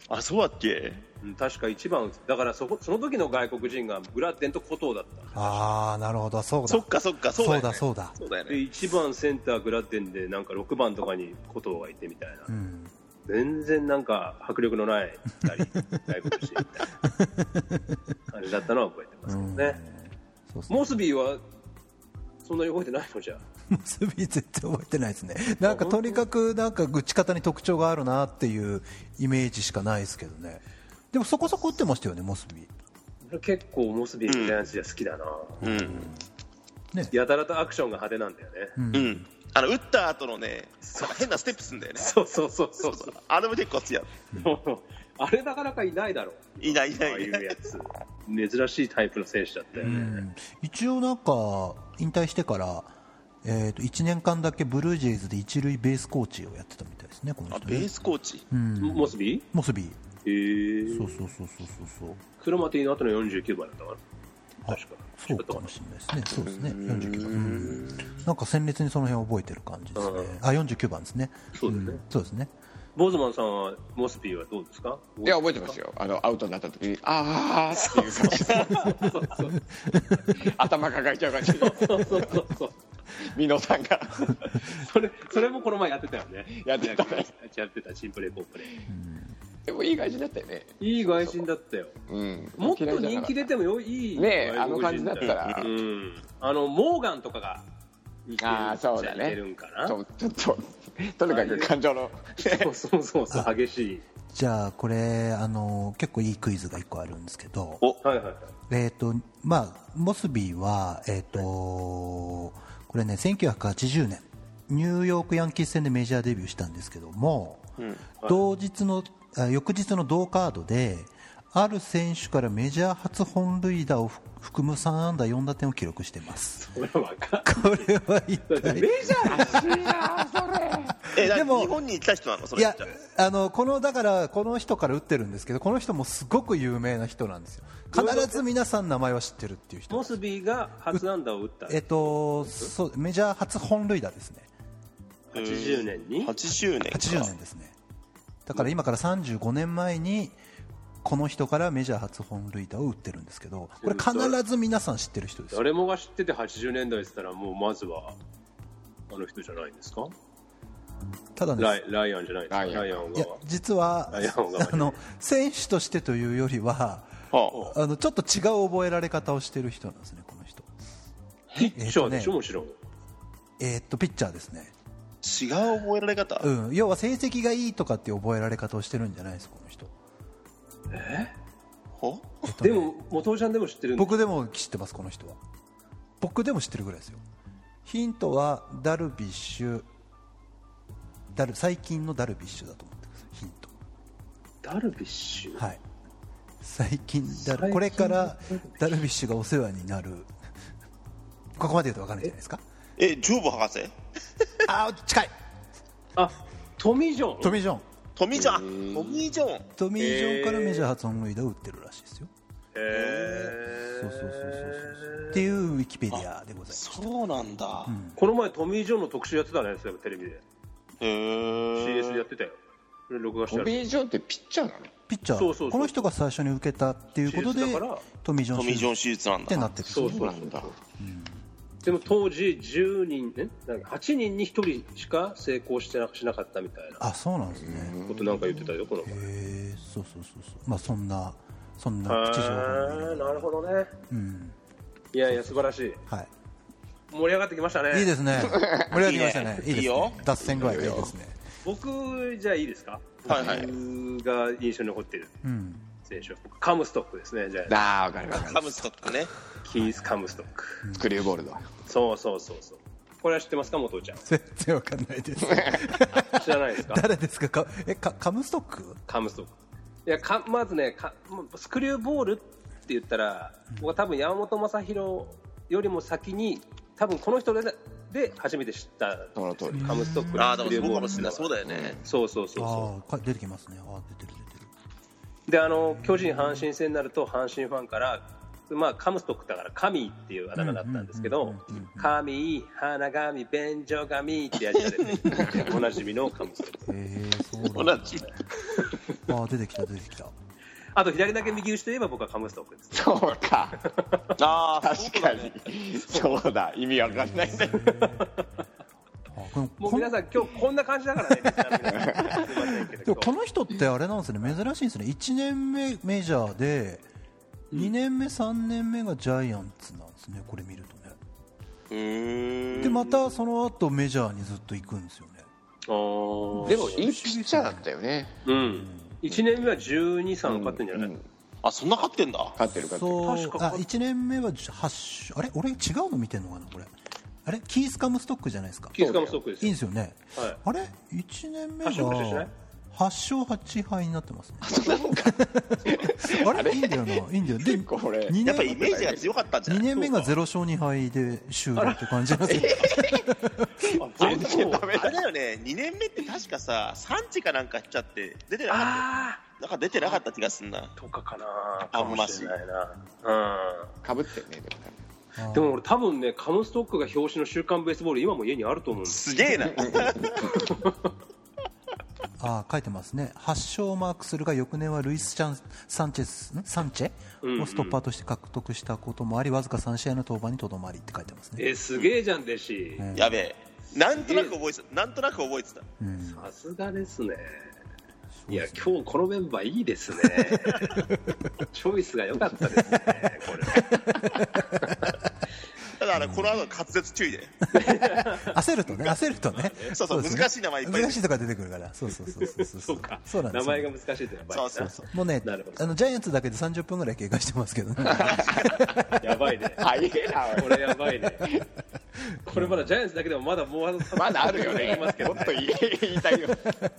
[SPEAKER 4] あそうだっけ
[SPEAKER 2] うん、確か1番打つだからそこその時の外国人がグラッテンと古藤だった
[SPEAKER 5] ああなるほどそうだ
[SPEAKER 4] そっかそっかそうだ
[SPEAKER 5] そう
[SPEAKER 4] よ
[SPEAKER 5] だ
[SPEAKER 4] ねそ
[SPEAKER 5] そうだ
[SPEAKER 4] うだよ
[SPEAKER 2] で
[SPEAKER 4] ね
[SPEAKER 2] 1番センターグラッテンでなんか6番とかに古藤がいてみたいな、
[SPEAKER 5] うん
[SPEAKER 2] 全然なんか迫力のない2人外国人みたいな感じだったのは覚えてますけどね、
[SPEAKER 5] そうっすね
[SPEAKER 2] モスビーはそんなに覚えてないのじゃ
[SPEAKER 5] 結び絶対覚えてないですねなんかとにかくなんか打ち方に特徴があるなっていうイメージしかないですけどねでもそこそこ打ってましたよねモスビ
[SPEAKER 2] 俺結構モスビージャイアンツじゃ好きだな、
[SPEAKER 4] うん
[SPEAKER 2] やたらとアクションが派手なんだよね、
[SPEAKER 4] うんあの打った後のね変なステップすんだよね
[SPEAKER 2] そうそうそうそうそう
[SPEAKER 4] あれも結構好きや
[SPEAKER 2] あれなかなかいないだろう
[SPEAKER 4] いないいな
[SPEAKER 2] ああ
[SPEAKER 4] い
[SPEAKER 2] い
[SPEAKER 4] いうない
[SPEAKER 2] やつ珍しいタイプの選手だったよね、
[SPEAKER 5] うん一応なんか引退してからえーと1年間だけブルージェイズで一塁ベースコーチをやってたみたいですねこの
[SPEAKER 4] あ
[SPEAKER 5] 人
[SPEAKER 4] ベ
[SPEAKER 5] ね
[SPEAKER 4] ースコーチ
[SPEAKER 2] モスビー
[SPEAKER 5] モスビ
[SPEAKER 2] へえ
[SPEAKER 5] そうそうそうそうそうそう
[SPEAKER 2] クロマティの後の49番だったか
[SPEAKER 5] あ
[SPEAKER 2] な確か
[SPEAKER 5] そうかもしれないですねそうですね49番うんなんか鮮烈にその辺覚えてる感じですねあ49番ですね
[SPEAKER 2] そうだね
[SPEAKER 5] んそうですね
[SPEAKER 2] ボーズマンさんはモスビーはどうですか
[SPEAKER 3] いや覚えてますよあのアウトになった時にああっていう感じで
[SPEAKER 2] そうそう
[SPEAKER 3] 頭抱えちゃう感じで
[SPEAKER 2] そうそうそうそう
[SPEAKER 3] 美濃さんが
[SPEAKER 2] (laughs) それそれもこの前やってたよね
[SPEAKER 3] やってたね
[SPEAKER 2] やってたシンプレーポープレ
[SPEAKER 3] (laughs) でもいい感じだったよね
[SPEAKER 2] ーいい外人だったよ
[SPEAKER 3] うん
[SPEAKER 2] もっと人気出てもよいい
[SPEAKER 3] ねえ
[SPEAKER 2] 外国人
[SPEAKER 3] あの感じだったら
[SPEAKER 2] うん、あのモーガンとかが似てる
[SPEAKER 3] あーそうだね
[SPEAKER 2] 似てるんかな
[SPEAKER 3] そうちょっととにかく感情の
[SPEAKER 2] そうそうそうそう激しい
[SPEAKER 5] じゃあこれあの結構いいクイズが1個あるんですけど
[SPEAKER 2] はいはいはい
[SPEAKER 5] えーとまあ、モスビーは、えーとこれね、1980年ニューヨークヤンキース戦でメジャーデビューしたんですけども、同日のあ翌日の同カードである選手からメジャー初本塁打を含む3安打4打点を記録してます。
[SPEAKER 2] これわかん
[SPEAKER 5] これは一
[SPEAKER 2] ない
[SPEAKER 5] 体
[SPEAKER 2] メジャー
[SPEAKER 4] えだ
[SPEAKER 5] でも
[SPEAKER 4] 日本に来た人なのそ
[SPEAKER 5] い
[SPEAKER 4] れ
[SPEAKER 5] や
[SPEAKER 4] じゃあ
[SPEAKER 5] あのこのだからこの人から打ってるんですけどこの人もすごく有名な人なんですよ必ず皆さん名前は知ってるっていう人
[SPEAKER 2] モスビーが初安打を打った
[SPEAKER 5] えっと、そうメジャー初本塁打ですね、
[SPEAKER 2] 80年に
[SPEAKER 4] 80年か
[SPEAKER 5] 80年ですねだから今から35年前にこの人からメジャー初本塁打を打ってるんですけどこれ必ず皆さん知ってる人ですよ
[SPEAKER 2] 誰もが知ってて80年代って言ったらもうまずはあの人じゃないんですか
[SPEAKER 5] ただね
[SPEAKER 2] ライライアンじゃないですか
[SPEAKER 3] ライアン
[SPEAKER 2] ライアン
[SPEAKER 5] いや
[SPEAKER 2] が
[SPEAKER 5] 実は
[SPEAKER 2] あいやわかんない
[SPEAKER 5] あの選手としてというよりは
[SPEAKER 4] は
[SPEAKER 5] あのちょっと違う覚えられ方をしてる人なんですねこの人
[SPEAKER 2] ピッチャーでしょ
[SPEAKER 5] えっとね
[SPEAKER 2] もちろん
[SPEAKER 5] えーっとピッチャーですね、
[SPEAKER 4] 違う覚えられ方、
[SPEAKER 5] うん、要は成績がいいとかっていう覚えられ方をしてるんじゃないですこの人、
[SPEAKER 4] ほ
[SPEAKER 5] えっとね
[SPEAKER 2] でも元尾ちゃんでも知ってるんで
[SPEAKER 5] 僕でも知ってますこの人は僕でも知ってるぐらいですよヒントはダルビッシュダル最近のダルビッシュだと思ってくださいヒント
[SPEAKER 2] ダルビッシュ
[SPEAKER 5] はい最近
[SPEAKER 2] 最
[SPEAKER 5] ダル
[SPEAKER 2] 近
[SPEAKER 5] これからダルビッシュがお世話になるここまで言うと分かんないじゃないですか
[SPEAKER 4] えジョーブ博士
[SPEAKER 5] あー近い
[SPEAKER 2] あトミー・ジョン
[SPEAKER 5] トミー・ジョン
[SPEAKER 4] トミー・ジョントミー・ジョン
[SPEAKER 5] トミー・ジョンからメジャー初本塁打を打ってるらしいですよ
[SPEAKER 2] へ
[SPEAKER 5] そうそうそうそうそうそう
[SPEAKER 2] ー
[SPEAKER 5] っていうウィキペディアでございます
[SPEAKER 4] そうなんだ、
[SPEAKER 2] この前トミー・ジョンの特集やってたねそういえばテレビで
[SPEAKER 4] へえ
[SPEAKER 2] CS でやってたよそれ録画して
[SPEAKER 3] ト
[SPEAKER 2] ある
[SPEAKER 3] ビー・ジョンってピッチャーなの
[SPEAKER 5] ピッチャー
[SPEAKER 2] そうそうそう
[SPEAKER 5] この人が最初に受けたっていうことで
[SPEAKER 2] 手術だから
[SPEAKER 5] トミー・ジョン
[SPEAKER 4] トミー・ジョン
[SPEAKER 5] 手
[SPEAKER 4] 手術なん
[SPEAKER 5] (laughs) 術ってな
[SPEAKER 4] だ
[SPEAKER 5] ってるんです
[SPEAKER 2] そ
[SPEAKER 5] ね
[SPEAKER 2] うそう
[SPEAKER 3] なんだ
[SPEAKER 2] でも当時10人えなんか8人に1人しか成功してなしなかったみたいな
[SPEAKER 5] あそうなんですね
[SPEAKER 2] ことなんか言ってたよこの前
[SPEAKER 5] へえそうそうそうそうまあそんなそんな口情報
[SPEAKER 2] あーなるほどね
[SPEAKER 5] うん
[SPEAKER 2] いやいや素晴らしい
[SPEAKER 5] は
[SPEAKER 2] 盛り上がってきましたね
[SPEAKER 5] いいいで
[SPEAKER 2] (laughs)
[SPEAKER 5] すね盛り上がってきましたねいいですね
[SPEAKER 4] いいよ
[SPEAKER 5] 脱線具合がいいですね
[SPEAKER 2] 僕じゃあいいですか
[SPEAKER 4] はいはい
[SPEAKER 2] 僕が印象に残ってる
[SPEAKER 5] うん
[SPEAKER 2] 選手は僕カムストックですねじゃあ
[SPEAKER 3] ああ分かる分かる
[SPEAKER 4] カムストックね
[SPEAKER 2] キース・カムストック
[SPEAKER 3] スクリューゴールド
[SPEAKER 2] そうそうそうそうこれは知ってますか元ちゃん
[SPEAKER 5] 全然わかんないです
[SPEAKER 2] (laughs) 知らないですか
[SPEAKER 5] (laughs) 誰ですかかえかカムストック
[SPEAKER 2] カムストックいやかまずねかもうスクリューボールって言ったら、僕は多分山本昌宏よりも先に多分この人でで初めて知った
[SPEAKER 3] その通り
[SPEAKER 2] カムストック
[SPEAKER 4] ああ
[SPEAKER 2] ス
[SPEAKER 4] で
[SPEAKER 2] ク
[SPEAKER 4] も
[SPEAKER 2] リュー
[SPEAKER 4] そう
[SPEAKER 2] ボー
[SPEAKER 4] か
[SPEAKER 2] ル
[SPEAKER 4] も
[SPEAKER 2] っていうのはい
[SPEAKER 4] しれなそうだよね
[SPEAKER 2] そうそうそうそ
[SPEAKER 5] ああ出てきますねああ出てる出てる
[SPEAKER 2] うであの巨人阪神戦になると阪神ファンからまあ、カムストックだから神っていうあだ名だったんですけ
[SPEAKER 5] うんう
[SPEAKER 2] ど
[SPEAKER 5] んうんうんうん
[SPEAKER 2] 神、花神、便所神ってやり方
[SPEAKER 5] (laughs)
[SPEAKER 2] でおなじみのカムストック
[SPEAKER 5] へえそう
[SPEAKER 4] 同
[SPEAKER 5] なんだ
[SPEAKER 4] じ
[SPEAKER 5] ああ出てきた出てきた
[SPEAKER 2] あと左だけ右打ちといえば僕はカムストックです
[SPEAKER 3] そうか
[SPEAKER 4] ああ
[SPEAKER 3] 確かにそうだ意味わかんないね
[SPEAKER 5] あこの
[SPEAKER 2] もう
[SPEAKER 5] こん
[SPEAKER 2] 皆さん、 (laughs) 今日こんな感じだからね、 (laughs) リスナーの皆さんすいませんけれ
[SPEAKER 5] で
[SPEAKER 2] ど
[SPEAKER 5] もこの人ってあれなんですね珍しいんですね1年目メジャーで2年目3年目がジャイアンツなんですねこれ見るとね
[SPEAKER 4] うーん
[SPEAKER 5] でまたその後メジャーにずっと行くんですよね
[SPEAKER 2] あー
[SPEAKER 3] でもいいピッチャーだったよね
[SPEAKER 2] うん、1年目は12、3勝ってんじゃない、
[SPEAKER 4] あそんな勝ってんだ
[SPEAKER 3] 勝ってる勝ってる
[SPEAKER 5] そう
[SPEAKER 2] 確か
[SPEAKER 5] あ1年目は8勝あれ俺違うの見てんのかなこれあれキースカムストックじゃないですか
[SPEAKER 2] キースカムストックです
[SPEAKER 5] いい
[SPEAKER 2] よ。
[SPEAKER 5] んですよね、
[SPEAKER 2] はい
[SPEAKER 5] あれ1年目が
[SPEAKER 2] 8勝8敗しない
[SPEAKER 5] 8勝8敗になってますね (laughs) あれいいんだよないいんだよで
[SPEAKER 3] 結構これ
[SPEAKER 5] 二
[SPEAKER 4] やっ
[SPEAKER 5] 年
[SPEAKER 4] ぱイメージが強かったんじゃな
[SPEAKER 5] 2
[SPEAKER 4] い
[SPEAKER 5] 年目が0勝2敗で終了って感じなんですよ
[SPEAKER 4] 全然ダメだあれだよね2年目って確かさ産地かなんかしちゃって出てなか
[SPEAKER 2] あ
[SPEAKER 4] ったなんか出てなかった気がすんな
[SPEAKER 2] ーとかかな、
[SPEAKER 4] あ
[SPEAKER 2] かもしれないな、
[SPEAKER 3] かぶってるねでもね
[SPEAKER 2] うん、でも俺、多分ね、カムストックが表紙の週刊ベースボール、今も家にあると思うんです、
[SPEAKER 4] すげえな
[SPEAKER 5] あー書いてますね8勝をマークするが翌年はルイス・チャンサンチェスんサンチ
[SPEAKER 2] んうん
[SPEAKER 5] ェをストッパーとして獲得したこともありわずか3試合の登板にとどまりって書いてますね、
[SPEAKER 2] えすげえじゃん、弟子、
[SPEAKER 5] え
[SPEAKER 4] やべえなんとなく覚えてたなんとなく覚えてた
[SPEAKER 5] うん、
[SPEAKER 2] さすがですね。い
[SPEAKER 5] で
[SPEAKER 2] や
[SPEAKER 5] す
[SPEAKER 2] 今日このメンバーいい (laughs) ですね、チョイスが良かったですね、これ
[SPEAKER 4] ただあのこの後の滑舌注意で
[SPEAKER 5] 焦るとね焦るとね
[SPEAKER 4] そうそう
[SPEAKER 5] ですね
[SPEAKER 4] 難しい名前いっぱい
[SPEAKER 5] 難しいとか出てくるからそうそうそうそうそう
[SPEAKER 2] そうか
[SPEAKER 5] そうなんで
[SPEAKER 2] 名
[SPEAKER 5] す
[SPEAKER 2] 前が難しいってやっぱり
[SPEAKER 4] そ
[SPEAKER 2] な
[SPEAKER 4] うそうそう
[SPEAKER 5] もうね
[SPEAKER 2] なるほど
[SPEAKER 5] あのジャイアンツだけで30分ぐらい経過してますけどね
[SPEAKER 2] やばいね
[SPEAKER 3] 早えなおい
[SPEAKER 2] これやばいね。これまだジャイアンツだけでもまだもう
[SPEAKER 3] まだあるよね
[SPEAKER 2] いますけ
[SPEAKER 3] も
[SPEAKER 2] ど
[SPEAKER 3] っと言え言いたいよ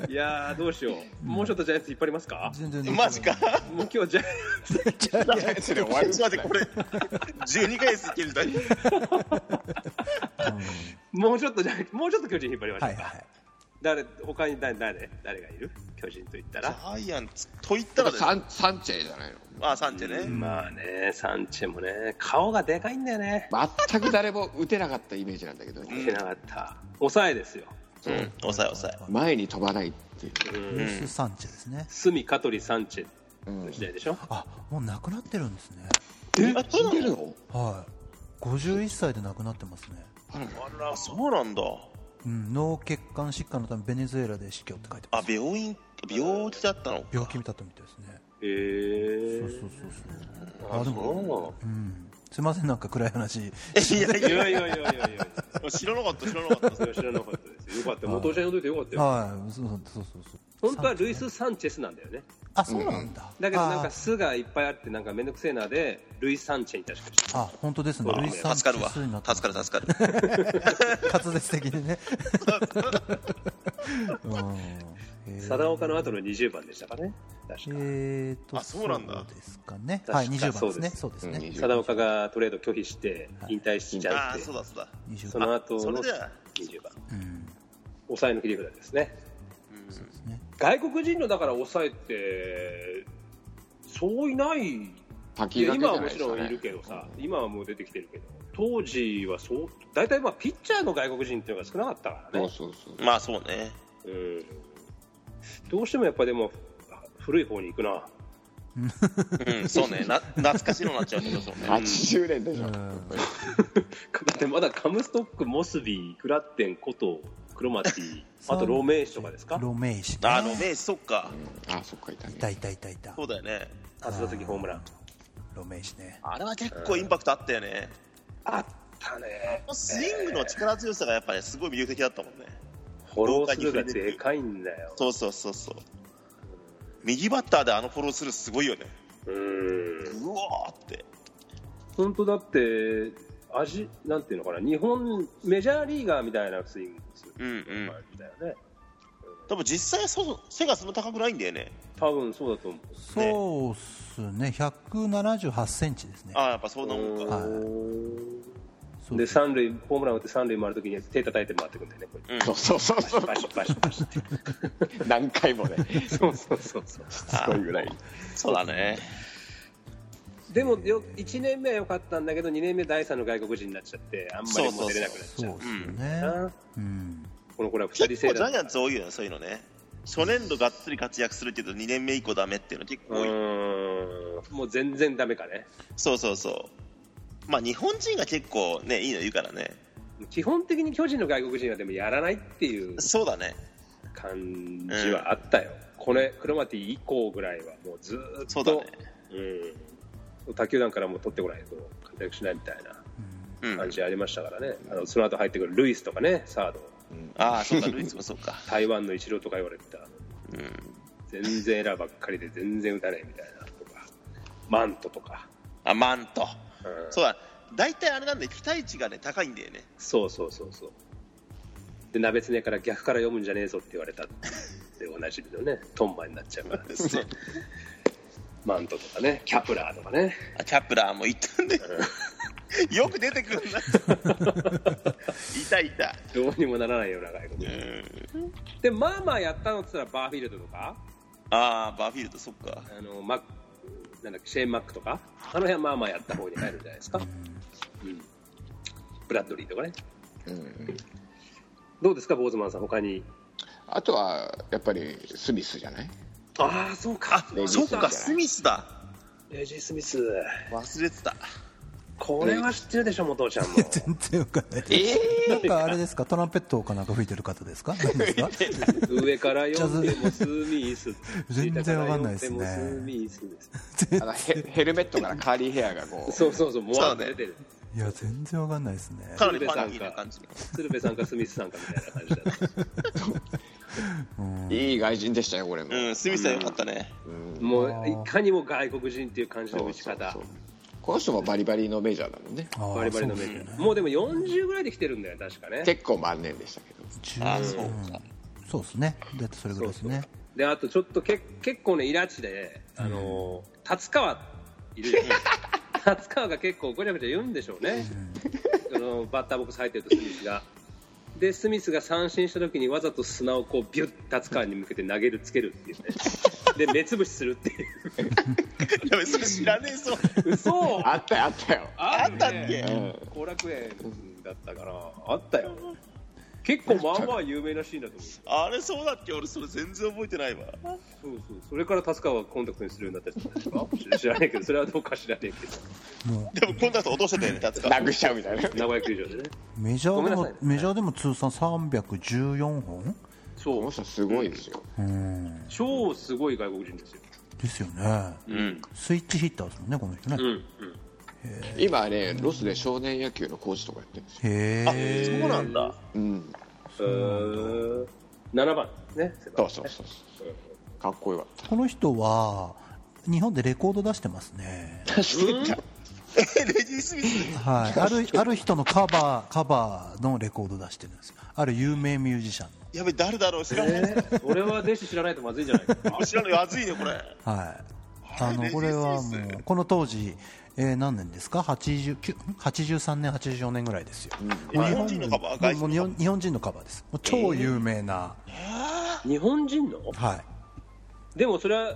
[SPEAKER 2] いやーどうしよう。もうちょっとジャイアンツ引っ張りますか。
[SPEAKER 5] 全然
[SPEAKER 4] マジ (laughs) か
[SPEAKER 2] もう今日ジャイアンツ
[SPEAKER 5] ジャイアンツ
[SPEAKER 3] それ終わ
[SPEAKER 4] ちょ
[SPEAKER 3] り
[SPEAKER 4] っと待ってこれ12回すいけるだ
[SPEAKER 2] もうちょっとジャイアンツもうちょっと巨人引っ張りましょ
[SPEAKER 5] は
[SPEAKER 2] う
[SPEAKER 5] い
[SPEAKER 2] か。
[SPEAKER 5] はい
[SPEAKER 2] 誰他に誰誰誰がいる？巨人と言ったら。
[SPEAKER 4] ジャイアンツと言ったら
[SPEAKER 3] サ
[SPEAKER 4] ね
[SPEAKER 3] ンサンチェじゃないの
[SPEAKER 4] ああサンチェね
[SPEAKER 2] まあねサンチェもね顔がでかいんだよね。
[SPEAKER 3] 全く誰も打てなかったイメージなんだけど
[SPEAKER 2] 打てなかった。抑えですよ。
[SPEAKER 4] うん、抑え抑え。
[SPEAKER 3] 前に飛ばないっていう
[SPEAKER 5] ルース・サンチェですね、
[SPEAKER 2] 隅香取サンチェの時代でしょ、
[SPEAKER 5] あもう亡くなってるんですね
[SPEAKER 4] えあ、
[SPEAKER 3] 知
[SPEAKER 4] そう
[SPEAKER 3] って
[SPEAKER 4] な
[SPEAKER 3] る
[SPEAKER 4] の
[SPEAKER 3] の
[SPEAKER 5] はい51歳で亡くなってますね、
[SPEAKER 4] あら、そうなんだ。
[SPEAKER 5] うん、脳血管疾患のためベネズエラで死去って書いてま
[SPEAKER 4] あ
[SPEAKER 5] す、
[SPEAKER 4] 病院、病気だったの。
[SPEAKER 5] 病気見たったみたいですね
[SPEAKER 2] へえ
[SPEAKER 5] そうそうそうそうあで
[SPEAKER 2] そ
[SPEAKER 5] も、うん、すいませんなんか暗い話
[SPEAKER 4] いやいう
[SPEAKER 2] いや
[SPEAKER 4] や、
[SPEAKER 2] いやいやいやいや
[SPEAKER 4] 知らなかった、知らなかった。
[SPEAKER 2] それは知らなかったですよかった元教えの時でよかったよ
[SPEAKER 5] はいそうそうそうそう
[SPEAKER 2] 本当はルイス・サンチェスなんだよね
[SPEAKER 5] あそうなんだ、
[SPEAKER 2] だけどなん
[SPEAKER 5] あ
[SPEAKER 2] か「す」がいっぱいあってなんかめんどくせえなでルイ・サンチェに確かに
[SPEAKER 5] あ本当ですねルイス・サンチ
[SPEAKER 4] 助か
[SPEAKER 5] ェ
[SPEAKER 4] るわ。
[SPEAKER 5] スになって
[SPEAKER 4] 助かる、助かる。
[SPEAKER 5] 滑舌的
[SPEAKER 4] (laughs)
[SPEAKER 5] にねうんへー
[SPEAKER 2] 貞岡の後の20番でしたかね確か
[SPEAKER 5] えーと
[SPEAKER 4] あそうなんだ
[SPEAKER 5] ですかね
[SPEAKER 2] 確か
[SPEAKER 5] はい20番ですね
[SPEAKER 2] そ
[SPEAKER 5] そうですね、
[SPEAKER 3] うん
[SPEAKER 2] 貞岡がトレード拒否して引退しちゃ
[SPEAKER 4] あ
[SPEAKER 2] っ
[SPEAKER 4] あ、
[SPEAKER 2] て
[SPEAKER 4] そうだ、そうだ。
[SPEAKER 5] 20
[SPEAKER 2] そ
[SPEAKER 5] 番
[SPEAKER 2] の後
[SPEAKER 4] そ
[SPEAKER 2] の
[SPEAKER 4] れでは、
[SPEAKER 2] 20番
[SPEAKER 5] うん
[SPEAKER 2] 抑えの切り札ですね
[SPEAKER 5] ですね
[SPEAKER 2] 外国人のだから抑えってそういない
[SPEAKER 3] 滝がけじ
[SPEAKER 2] 今
[SPEAKER 3] ゃ
[SPEAKER 2] は
[SPEAKER 3] な
[SPEAKER 2] も
[SPEAKER 3] いで
[SPEAKER 2] ち
[SPEAKER 3] すか
[SPEAKER 2] ろんい
[SPEAKER 3] ね
[SPEAKER 2] るけどさ今はもう出てきてるけど当時はそう大体まあピッチャーの外国人っていうのが少なかったから
[SPEAKER 3] そう
[SPEAKER 2] ね、
[SPEAKER 3] そうそう
[SPEAKER 4] まあそうね。
[SPEAKER 2] うん、どうしてもやっぱでも古い方に行くな
[SPEAKER 4] うん、そうね。な懐かしいのになっちゃうけど、そうね。
[SPEAKER 3] 80年でしょ、
[SPEAKER 5] うん
[SPEAKER 2] だってまだカムストック、モスビー、クラッテン、コトー、クロマティ、あとロメイシとかですか、
[SPEAKER 5] ロメイシ
[SPEAKER 4] あの、メイそっか。
[SPEAKER 3] あそっかいたね
[SPEAKER 5] いたいたいたいた
[SPEAKER 4] そうだよね。
[SPEAKER 2] 初打席ホームラン。
[SPEAKER 5] ロメイシね
[SPEAKER 4] あれは結構インパクトあったよね。
[SPEAKER 2] あったね、
[SPEAKER 4] スイングの力強さがやっぱね、すごい魅力的だったもんね。
[SPEAKER 2] フォロースルーがでかいんだよ、
[SPEAKER 4] そうそうそうそう。右バッターであのフォローするすごいよね。
[SPEAKER 2] うん
[SPEAKER 4] うわーって。
[SPEAKER 2] 本当だって、味なんていうのかな、日本メジャーリーガーみたいなスイングですよ、
[SPEAKER 4] うんうん
[SPEAKER 2] まあみたいなね、
[SPEAKER 4] 多分実際そう背がそんな高くないんだよね。
[SPEAKER 2] 多分そうだと思う。
[SPEAKER 5] そうっすね178センチですね
[SPEAKER 4] ああ、やっぱそうなもんか。
[SPEAKER 5] はいそう
[SPEAKER 2] で三塁ホームラン打って三塁回るときに手叩いて回ってくんだよね、これ
[SPEAKER 3] そうそうそうそう
[SPEAKER 2] バシバシバシバシ
[SPEAKER 3] 何回もね
[SPEAKER 2] そうそうそうそう。
[SPEAKER 3] すごいぐらい
[SPEAKER 4] そうだね。
[SPEAKER 2] でもよ1年目は良かったんだけど2年目第3の外国人になっちゃってあんまりもう出れなくなっち
[SPEAKER 5] そ
[SPEAKER 2] ゃ
[SPEAKER 5] う
[SPEAKER 2] う
[SPEAKER 5] っすよね
[SPEAKER 2] な
[SPEAKER 5] うん
[SPEAKER 2] この頃は2人
[SPEAKER 4] 結
[SPEAKER 2] 制
[SPEAKER 4] 構ジ
[SPEAKER 2] だ
[SPEAKER 4] ャ
[SPEAKER 2] っ
[SPEAKER 4] イア
[SPEAKER 2] た
[SPEAKER 4] ンツ多いよね、そういうのね。初年度がっつり活躍するけど、2年目以降ダメっていうの結構
[SPEAKER 2] う
[SPEAKER 4] 多い。
[SPEAKER 2] ーんもう全然ダメかね
[SPEAKER 4] そうそうそう。まあ日本人が結構ね、いいの言うからね。
[SPEAKER 2] 基本的に巨人の外国人はでもやらないっていう
[SPEAKER 4] そうだね。
[SPEAKER 2] 感じはあったよ、これクロマティ以降ぐらいはもうずーっと
[SPEAKER 4] そうだね。
[SPEAKER 2] うん、他球団からも取ってこないと活躍しないみたいな
[SPEAKER 4] うん。
[SPEAKER 2] 感じありましたからね、あのその後入ってくるルイスとかねサード
[SPEAKER 4] ああ、そうか、ルイスもそうか。
[SPEAKER 2] 台湾のイチローとか言われてた
[SPEAKER 4] うん。
[SPEAKER 2] 全然エラーばっかりで全然打たないみたいなとかマントとか、
[SPEAKER 4] あ、マント。
[SPEAKER 2] うん
[SPEAKER 4] そうだ。大体あれなんで、期待値がね、高いんだよね。
[SPEAKER 2] そうそうそうそうで鍋つねから逆から読むんじゃねえぞって言われたでおなじみのねトンマになっちゃうから
[SPEAKER 4] そう
[SPEAKER 2] マントとかねキャプラーとかね
[SPEAKER 4] あキャプラーもいたんで、よく出てくるな。いたいた。
[SPEAKER 2] どうにもならないような外国
[SPEAKER 4] うん。
[SPEAKER 2] でまあまあやったのっつったらバーフィールドとか
[SPEAKER 4] ああ、バーフィールド、そっか。
[SPEAKER 2] あのマックなんだっけシェーン・マックとかあの辺はまあまあやった方に入るんじゃないですか、うん、ブラッドリーとかね
[SPEAKER 3] うん
[SPEAKER 2] どうですかボーズマンさん他に
[SPEAKER 3] あとはやっぱりスミスじゃない
[SPEAKER 2] ああそうか
[SPEAKER 3] レイジ
[SPEAKER 4] そ
[SPEAKER 3] ー
[SPEAKER 4] っ
[SPEAKER 3] スミスじゃな
[SPEAKER 4] か、
[SPEAKER 3] い
[SPEAKER 4] スミスだ。
[SPEAKER 2] レイジー・スミス
[SPEAKER 4] 忘れてた。
[SPEAKER 2] これは知ってるでしょ元ちゃんも
[SPEAKER 5] 全然わかんないなんかあれですかトランペットかなんか吹いてる方ですか何ですか
[SPEAKER 2] 上から読んでもスミス
[SPEAKER 5] 全然わかんないですね
[SPEAKER 2] 下から読んでもスミスです
[SPEAKER 3] あのヘヘルメットからカーリーヘアがこう
[SPEAKER 2] そうそうそうもうあ出てる
[SPEAKER 5] いや全然わかんないですね
[SPEAKER 4] かなりファンキーな感じの。
[SPEAKER 2] 鶴瓶さんかスミスさんかみたいな感じだった
[SPEAKER 3] いい外人でしたよこれも、
[SPEAKER 4] うん、スミスはよかったね。
[SPEAKER 2] もういかにも外国人っていう感じの打ち方
[SPEAKER 3] この人もバリバリのメジャーだもんね
[SPEAKER 5] あー
[SPEAKER 2] バリバリのメジャーもうでも40ぐらいで来てるんだよ確かね
[SPEAKER 3] 結構万年でしたけど
[SPEAKER 4] ああ、そうか。
[SPEAKER 5] そうですねだってそれぐらいですね
[SPEAKER 2] であとちょっとけ結構ねイラチであのー達川いるじゃないですか達川が結構ごちゃごちゃ言うんでしょうねあのバッターボックス入ってるとスミスがでスミスが三振した時にわざと砂をこうビュッ達川に向けて投げるつけるっていうねで目つぶしするっていう
[SPEAKER 4] やべ、それ知らねえぞ。
[SPEAKER 2] 嘘
[SPEAKER 3] あったよあったよ
[SPEAKER 2] あ
[SPEAKER 4] あったっけ
[SPEAKER 2] 後楽園だったかなあったよ結構まあまあ有名なシーンだと思う
[SPEAKER 4] あれそうだっけ俺それ全然覚えてないわ
[SPEAKER 2] そうそうそれから達川はコンタクトにするようになったじゃないですか知らないけどそれはどうか知らないけど
[SPEAKER 5] も
[SPEAKER 4] でもコンタクト落としてたよね達川
[SPEAKER 3] 殴っちゃうみたいな
[SPEAKER 2] 名古屋球場でね
[SPEAKER 5] うメジャーで
[SPEAKER 2] ご
[SPEAKER 5] も、
[SPEAKER 2] めんなさい
[SPEAKER 5] メジャーでも通算314本
[SPEAKER 2] そ
[SPEAKER 3] この
[SPEAKER 2] う
[SPEAKER 3] 人すごいですよ
[SPEAKER 5] うん
[SPEAKER 2] 超すごい外国人ですよ
[SPEAKER 5] ですよね
[SPEAKER 4] うん
[SPEAKER 5] スイッチヒッターですもんねこの人ね、
[SPEAKER 2] うん
[SPEAKER 5] へ
[SPEAKER 2] うん
[SPEAKER 3] 今ねロスで少年野球のコーチとかやってるんですよ
[SPEAKER 5] え
[SPEAKER 4] あそうなんだ
[SPEAKER 3] うん
[SPEAKER 2] えー7番ね
[SPEAKER 3] そうそうそうそうかっこよかった
[SPEAKER 5] この人は日本でレコード出してますね、
[SPEAKER 4] え (laughs) レディー・スミス
[SPEAKER 5] はい、あるある人のカバーカバーのレコード出してるんですよある有名ミュージシャン
[SPEAKER 4] やべ誰だろう知らない、
[SPEAKER 2] えー俺は弟子知らないとまずいん (laughs) じゃないか
[SPEAKER 4] あ知らない熱いねこれ
[SPEAKER 5] の,、はい、あのこれはも
[SPEAKER 4] レジスミ
[SPEAKER 5] うこの当時、えー何年ですか80 83年84年ぐらいですよ、もう
[SPEAKER 4] 日本人のカバー外人のカバー
[SPEAKER 5] もう日本日本人のカバーですもう超有名な、
[SPEAKER 2] 日本人の
[SPEAKER 5] はい
[SPEAKER 2] でもそれは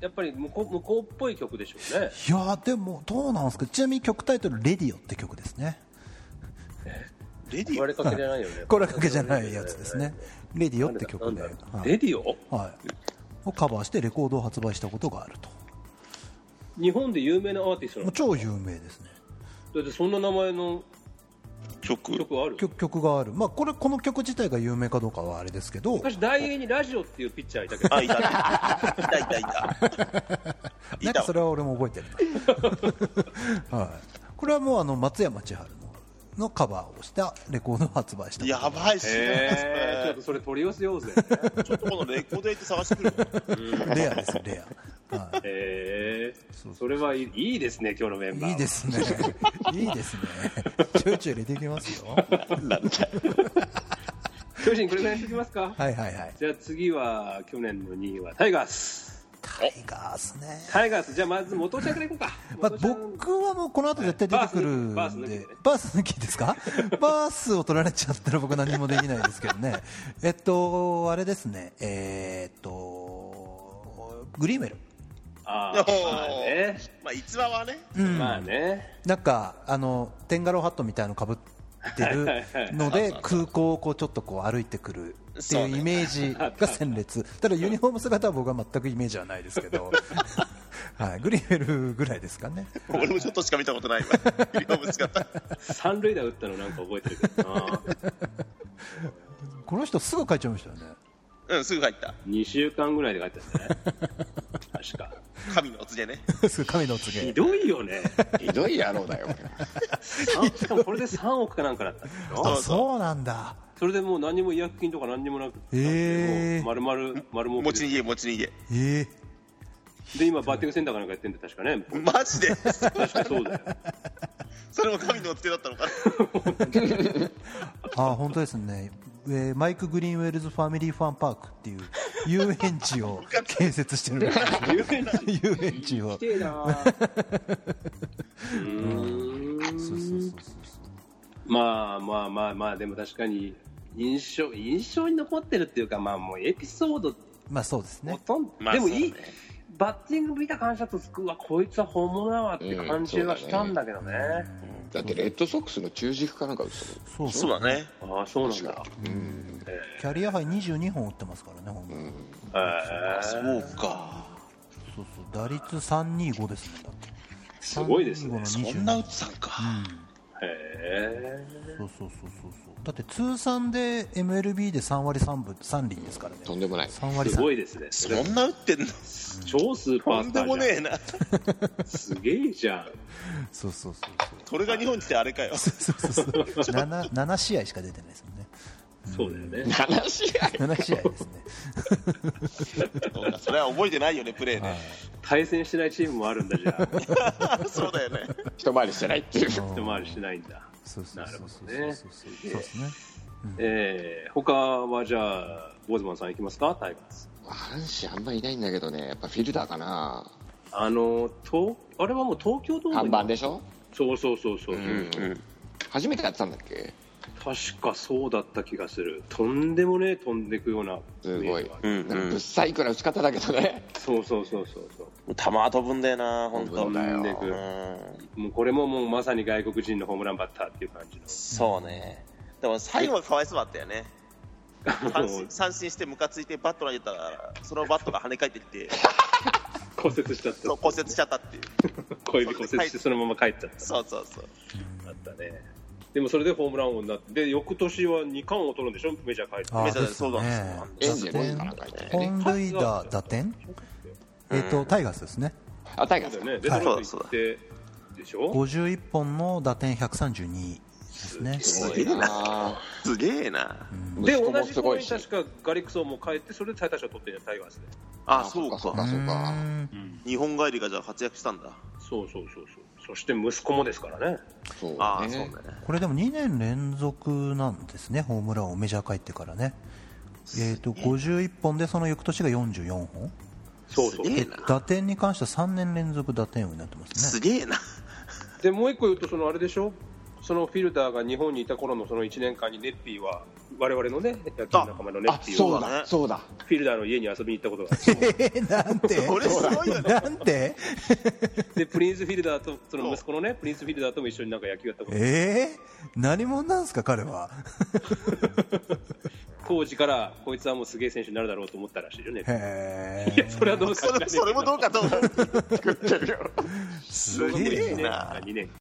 [SPEAKER 2] やっぱり向こう向こうっぽい曲でしょうね
[SPEAKER 5] いやーでもどうなんですかちなみに曲タイトル「レディオ」って曲ですね
[SPEAKER 4] レディ
[SPEAKER 2] 言われかけじゃないよね
[SPEAKER 5] これだけじゃないやつですね「レディオ」って曲で、
[SPEAKER 2] な
[SPEAKER 5] は
[SPEAKER 2] んだ
[SPEAKER 5] い
[SPEAKER 2] レディオ
[SPEAKER 5] はい、をカバーしてレコードを発売したことがあると
[SPEAKER 2] 日本で有名なアーティストな
[SPEAKER 5] もう
[SPEAKER 2] の
[SPEAKER 5] 超有名ですね
[SPEAKER 2] だってそんな名前の
[SPEAKER 4] 曲
[SPEAKER 2] 曲ある
[SPEAKER 5] 曲曲がある、まあ、これこの曲自体が有名かどうかはあれですけど
[SPEAKER 2] 昔大英にラジオっていうピッチャーいたけ (laughs) ど
[SPEAKER 4] あい (laughs) たねいたいたいたい
[SPEAKER 5] な
[SPEAKER 4] た
[SPEAKER 5] んか
[SPEAKER 4] わ
[SPEAKER 5] それは俺も覚えてる
[SPEAKER 2] (laughs)
[SPEAKER 5] な、はい、これはもうあの松山千春ののカバーをしたレコードを発売した
[SPEAKER 4] やばいっす
[SPEAKER 2] えー、ちょっ
[SPEAKER 4] ね
[SPEAKER 2] とそれ取り寄せようぜ
[SPEAKER 4] ちょっとこのレコード屋行って探してくる
[SPEAKER 5] レアですレア、は
[SPEAKER 2] えー、それはいいいいですね今日のメンバー
[SPEAKER 5] い、いいです
[SPEAKER 2] (laughs)
[SPEAKER 5] ねいいですねちょいちょい入れていきますよは
[SPEAKER 2] 巨人これぐらいにしときますか
[SPEAKER 5] いはいはい
[SPEAKER 2] じゃあ次は去年の2位はタイガース
[SPEAKER 5] タイガースね、
[SPEAKER 2] タイガースじゃあまず元ちゃんからいこうか、
[SPEAKER 5] まあ、
[SPEAKER 2] 元ちゃん
[SPEAKER 5] 僕はもうこの後絶対出てくるんで、
[SPEAKER 2] バース抜きね
[SPEAKER 5] バース抜きですかバースを取られちゃったら僕何もできないですけどね。えっと、あれですね、えーっと、グリーメル。
[SPEAKER 2] あ (laughs) ーまあね
[SPEAKER 4] まあ逸話はね
[SPEAKER 2] まあね
[SPEAKER 5] なんか、あの、テンガローハットみたいの被ってるので、空港をこうちょっとこう歩いてくるって
[SPEAKER 4] そう
[SPEAKER 5] いう
[SPEAKER 4] ね
[SPEAKER 5] イメージが鮮烈。ただユニフォーム姿は僕は全くイメージはないですけ (laughs) ど、はい、グリーメルぐらいですかね。
[SPEAKER 4] (laughs) 俺もちょっとしか見たこと (laughs) ないわユニフォーム姿
[SPEAKER 2] 三塁打打ったのなんか覚えてるけどな
[SPEAKER 5] この人すぐ帰っちゃいましたよね。
[SPEAKER 4] うんすぐ入った
[SPEAKER 2] 2週間ぐらいで帰ったんだね確か
[SPEAKER 4] 神のお告げね
[SPEAKER 5] すぐ神のお告げ
[SPEAKER 2] ひ。どいよね
[SPEAKER 3] ひどい野郎だよこれ
[SPEAKER 2] さんしかもこれで3億かなんかだったんでしょ
[SPEAKER 5] あそうなんだ
[SPEAKER 2] それでもう何も違約金とか何にもなく
[SPEAKER 5] へー
[SPEAKER 2] もう丸々丸儲
[SPEAKER 4] 持
[SPEAKER 2] け
[SPEAKER 4] ち逃げ持ち逃げ
[SPEAKER 5] ええ
[SPEAKER 2] で今バッティングセンターかなんかやってんで確かね
[SPEAKER 4] マジ (laughs) で
[SPEAKER 2] 確かそうだ (laughs) よ
[SPEAKER 4] それも神のお告げだったのかな
[SPEAKER 5] あ本当ですね、えーマイク・グリーンウェルズ・ファミリー・ファン・パークっていう遊園地 (laughs) を建設してる
[SPEAKER 2] 遊園地
[SPEAKER 5] 遊園地を
[SPEAKER 2] きてえな
[SPEAKER 5] そうそうそうそう
[SPEAKER 2] まあまあまあまあでも確かに印象印象に残ってるっていうかまあもうエピソード
[SPEAKER 5] まあそうです
[SPEAKER 2] ほ
[SPEAKER 5] ね
[SPEAKER 2] とんど、
[SPEAKER 4] まあ
[SPEAKER 2] でもいい、
[SPEAKER 4] そうだね
[SPEAKER 2] バッティング見た感じだとうわこいつは本物だわって感じはしたんだけどね,、
[SPEAKER 3] だってレッドソックスの中軸かなんか打ってたもん
[SPEAKER 5] そう
[SPEAKER 4] そうだね
[SPEAKER 2] ああそうなんだ
[SPEAKER 5] キャリアハイ22本打ってますからね、ほんと
[SPEAKER 2] ええ
[SPEAKER 4] そうか
[SPEAKER 5] そうそう打率325ですねだって
[SPEAKER 2] すごいですね
[SPEAKER 5] 325の
[SPEAKER 4] そんな打ってたんか
[SPEAKER 2] へえ
[SPEAKER 5] そうそうそうそうそうだって通算で MLB で3割3分3厘ですからね
[SPEAKER 3] とんでもない
[SPEAKER 5] 3割
[SPEAKER 2] すご
[SPEAKER 5] 3
[SPEAKER 2] いですね
[SPEAKER 4] そんな打ってんの
[SPEAKER 2] 超スーパ
[SPEAKER 4] と
[SPEAKER 2] ース
[SPEAKER 4] ん
[SPEAKER 2] タ
[SPEAKER 4] で
[SPEAKER 2] ー
[SPEAKER 4] も
[SPEAKER 2] じゃ
[SPEAKER 4] ね
[SPEAKER 2] ん
[SPEAKER 4] (laughs) えな
[SPEAKER 2] すげえじゃん
[SPEAKER 5] そうそうそう
[SPEAKER 4] それが日本ってあれかよ
[SPEAKER 5] そうそうそうそう7 7試合しか出てないですもんね
[SPEAKER 2] そうだよね
[SPEAKER 3] 7試合
[SPEAKER 5] 7試合ですね
[SPEAKER 4] そうかそれは覚えてないよねプレーね
[SPEAKER 2] 対戦してないチームもあるんだじゃあ
[SPEAKER 4] そうだよね
[SPEAKER 3] 一回りしてないっていう
[SPEAKER 5] うん
[SPEAKER 2] 一回りしてないんだ
[SPEAKER 5] そうそうそうそう
[SPEAKER 2] なるほどね
[SPEAKER 5] そうそうそうですね。
[SPEAKER 2] えー、他はじゃあボズマンさんいきますかタイガース
[SPEAKER 3] 阪神あんまいないんだけどねやっぱフィルダーかな
[SPEAKER 2] あのとあれはもう東京ドーム
[SPEAKER 3] 看
[SPEAKER 2] に
[SPEAKER 3] 板でしょ
[SPEAKER 2] そうそうそうそう、
[SPEAKER 3] 初めてやってたんだっけ
[SPEAKER 2] 確かそうだった気がするとんでもねえ飛んでくような
[SPEAKER 3] すごい、
[SPEAKER 2] うん
[SPEAKER 3] なんかぶっさいくら打ち方だけどね
[SPEAKER 2] そうそうそうそうそう
[SPEAKER 4] 球は飛ぶんだよな本
[SPEAKER 3] 飛
[SPEAKER 4] 当
[SPEAKER 3] ぶんだよ
[SPEAKER 2] 飛んでくもうこれももうまさに外国人のホームランバッターっていう感じの
[SPEAKER 4] そうねでも最後がかわいそうだったよね三
[SPEAKER 2] もう
[SPEAKER 4] 振三振してムカついてバット投げたらそのバットが跳ね返ってき (laughs) て
[SPEAKER 2] 骨折しちゃっ
[SPEAKER 4] そう
[SPEAKER 2] た
[SPEAKER 4] 骨折しちゃったっていう
[SPEAKER 2] 小指骨折してそのまま帰っちゃった
[SPEAKER 4] そうそうそう
[SPEAKER 2] あったねでもそれでホームラン王になってで翌年は2冠を取るんでしょメジャー帰って
[SPEAKER 5] あ
[SPEAKER 4] メジャー
[SPEAKER 5] で
[SPEAKER 4] ですそ
[SPEAKER 5] ね
[SPEAKER 4] うなんです
[SPEAKER 3] エン
[SPEAKER 4] よ
[SPEAKER 3] ゼルスかなんか行ってたよね
[SPEAKER 5] 本塁打、打点、えっとタイガースですね、
[SPEAKER 3] あタイガー
[SPEAKER 2] そう
[SPEAKER 3] ス
[SPEAKER 2] だよ
[SPEAKER 3] か
[SPEAKER 2] ねデトロイト行ってでしょ
[SPEAKER 5] 51本の打点132ですね、
[SPEAKER 4] す
[SPEAKER 3] す
[SPEAKER 4] げ
[SPEAKER 3] げ
[SPEAKER 4] え
[SPEAKER 3] え
[SPEAKER 4] な
[SPEAKER 3] な
[SPEAKER 4] すげえな
[SPEAKER 2] で
[SPEAKER 3] 息
[SPEAKER 2] 同
[SPEAKER 3] 子も
[SPEAKER 2] じ
[SPEAKER 3] す
[SPEAKER 2] 頃
[SPEAKER 3] ごい
[SPEAKER 2] に
[SPEAKER 3] し
[SPEAKER 2] 確かガリクソンも帰ってそれで最多勝取ってんじゃんタイガースで
[SPEAKER 4] あそう
[SPEAKER 3] そ
[SPEAKER 4] か
[SPEAKER 3] うかそうか
[SPEAKER 5] うん
[SPEAKER 4] 日本帰りがじゃあ活躍したんだ
[SPEAKER 2] そうそうそうそうそして息子もですからね
[SPEAKER 3] そう
[SPEAKER 4] ああそう
[SPEAKER 3] ね
[SPEAKER 4] ね
[SPEAKER 5] これでも2年連続なんですね、ホームランをメジャー帰ってからね、えっと51本でその翌年が44本、
[SPEAKER 2] そうそう
[SPEAKER 4] すげえな
[SPEAKER 5] 打点に関しては3年連続打点王になってます
[SPEAKER 4] す
[SPEAKER 5] ね、
[SPEAKER 4] げえな
[SPEAKER 2] でもう一個言うとそのあれでしょそのフィルターが日本にいた頃のその1年間にネッピーは我々のね野球仲間のネ
[SPEAKER 3] あ
[SPEAKER 2] ッピー
[SPEAKER 3] そう
[SPEAKER 2] は
[SPEAKER 4] だ
[SPEAKER 3] だ
[SPEAKER 4] ね
[SPEAKER 3] そうだ
[SPEAKER 2] フィルターの家に遊びに行ったことがあ
[SPEAKER 5] (laughs)
[SPEAKER 2] って
[SPEAKER 5] えな
[SPEAKER 4] (laughs)
[SPEAKER 5] んて、
[SPEAKER 4] これすごいよね
[SPEAKER 5] なんて、
[SPEAKER 2] でプリンスフィルダーとその息子のねプリンスフィルダーとも一緒になんか野球やったこと
[SPEAKER 5] えー、何者なんですか、彼は。
[SPEAKER 2] 当時からこいつはもうすげえ選手になるだろうと思ったらしいよね
[SPEAKER 5] へ
[SPEAKER 2] いや
[SPEAKER 5] ー
[SPEAKER 2] それはどうか
[SPEAKER 4] それそれもどうかと思う
[SPEAKER 3] 食ってるよ
[SPEAKER 4] すげえな
[SPEAKER 2] 2年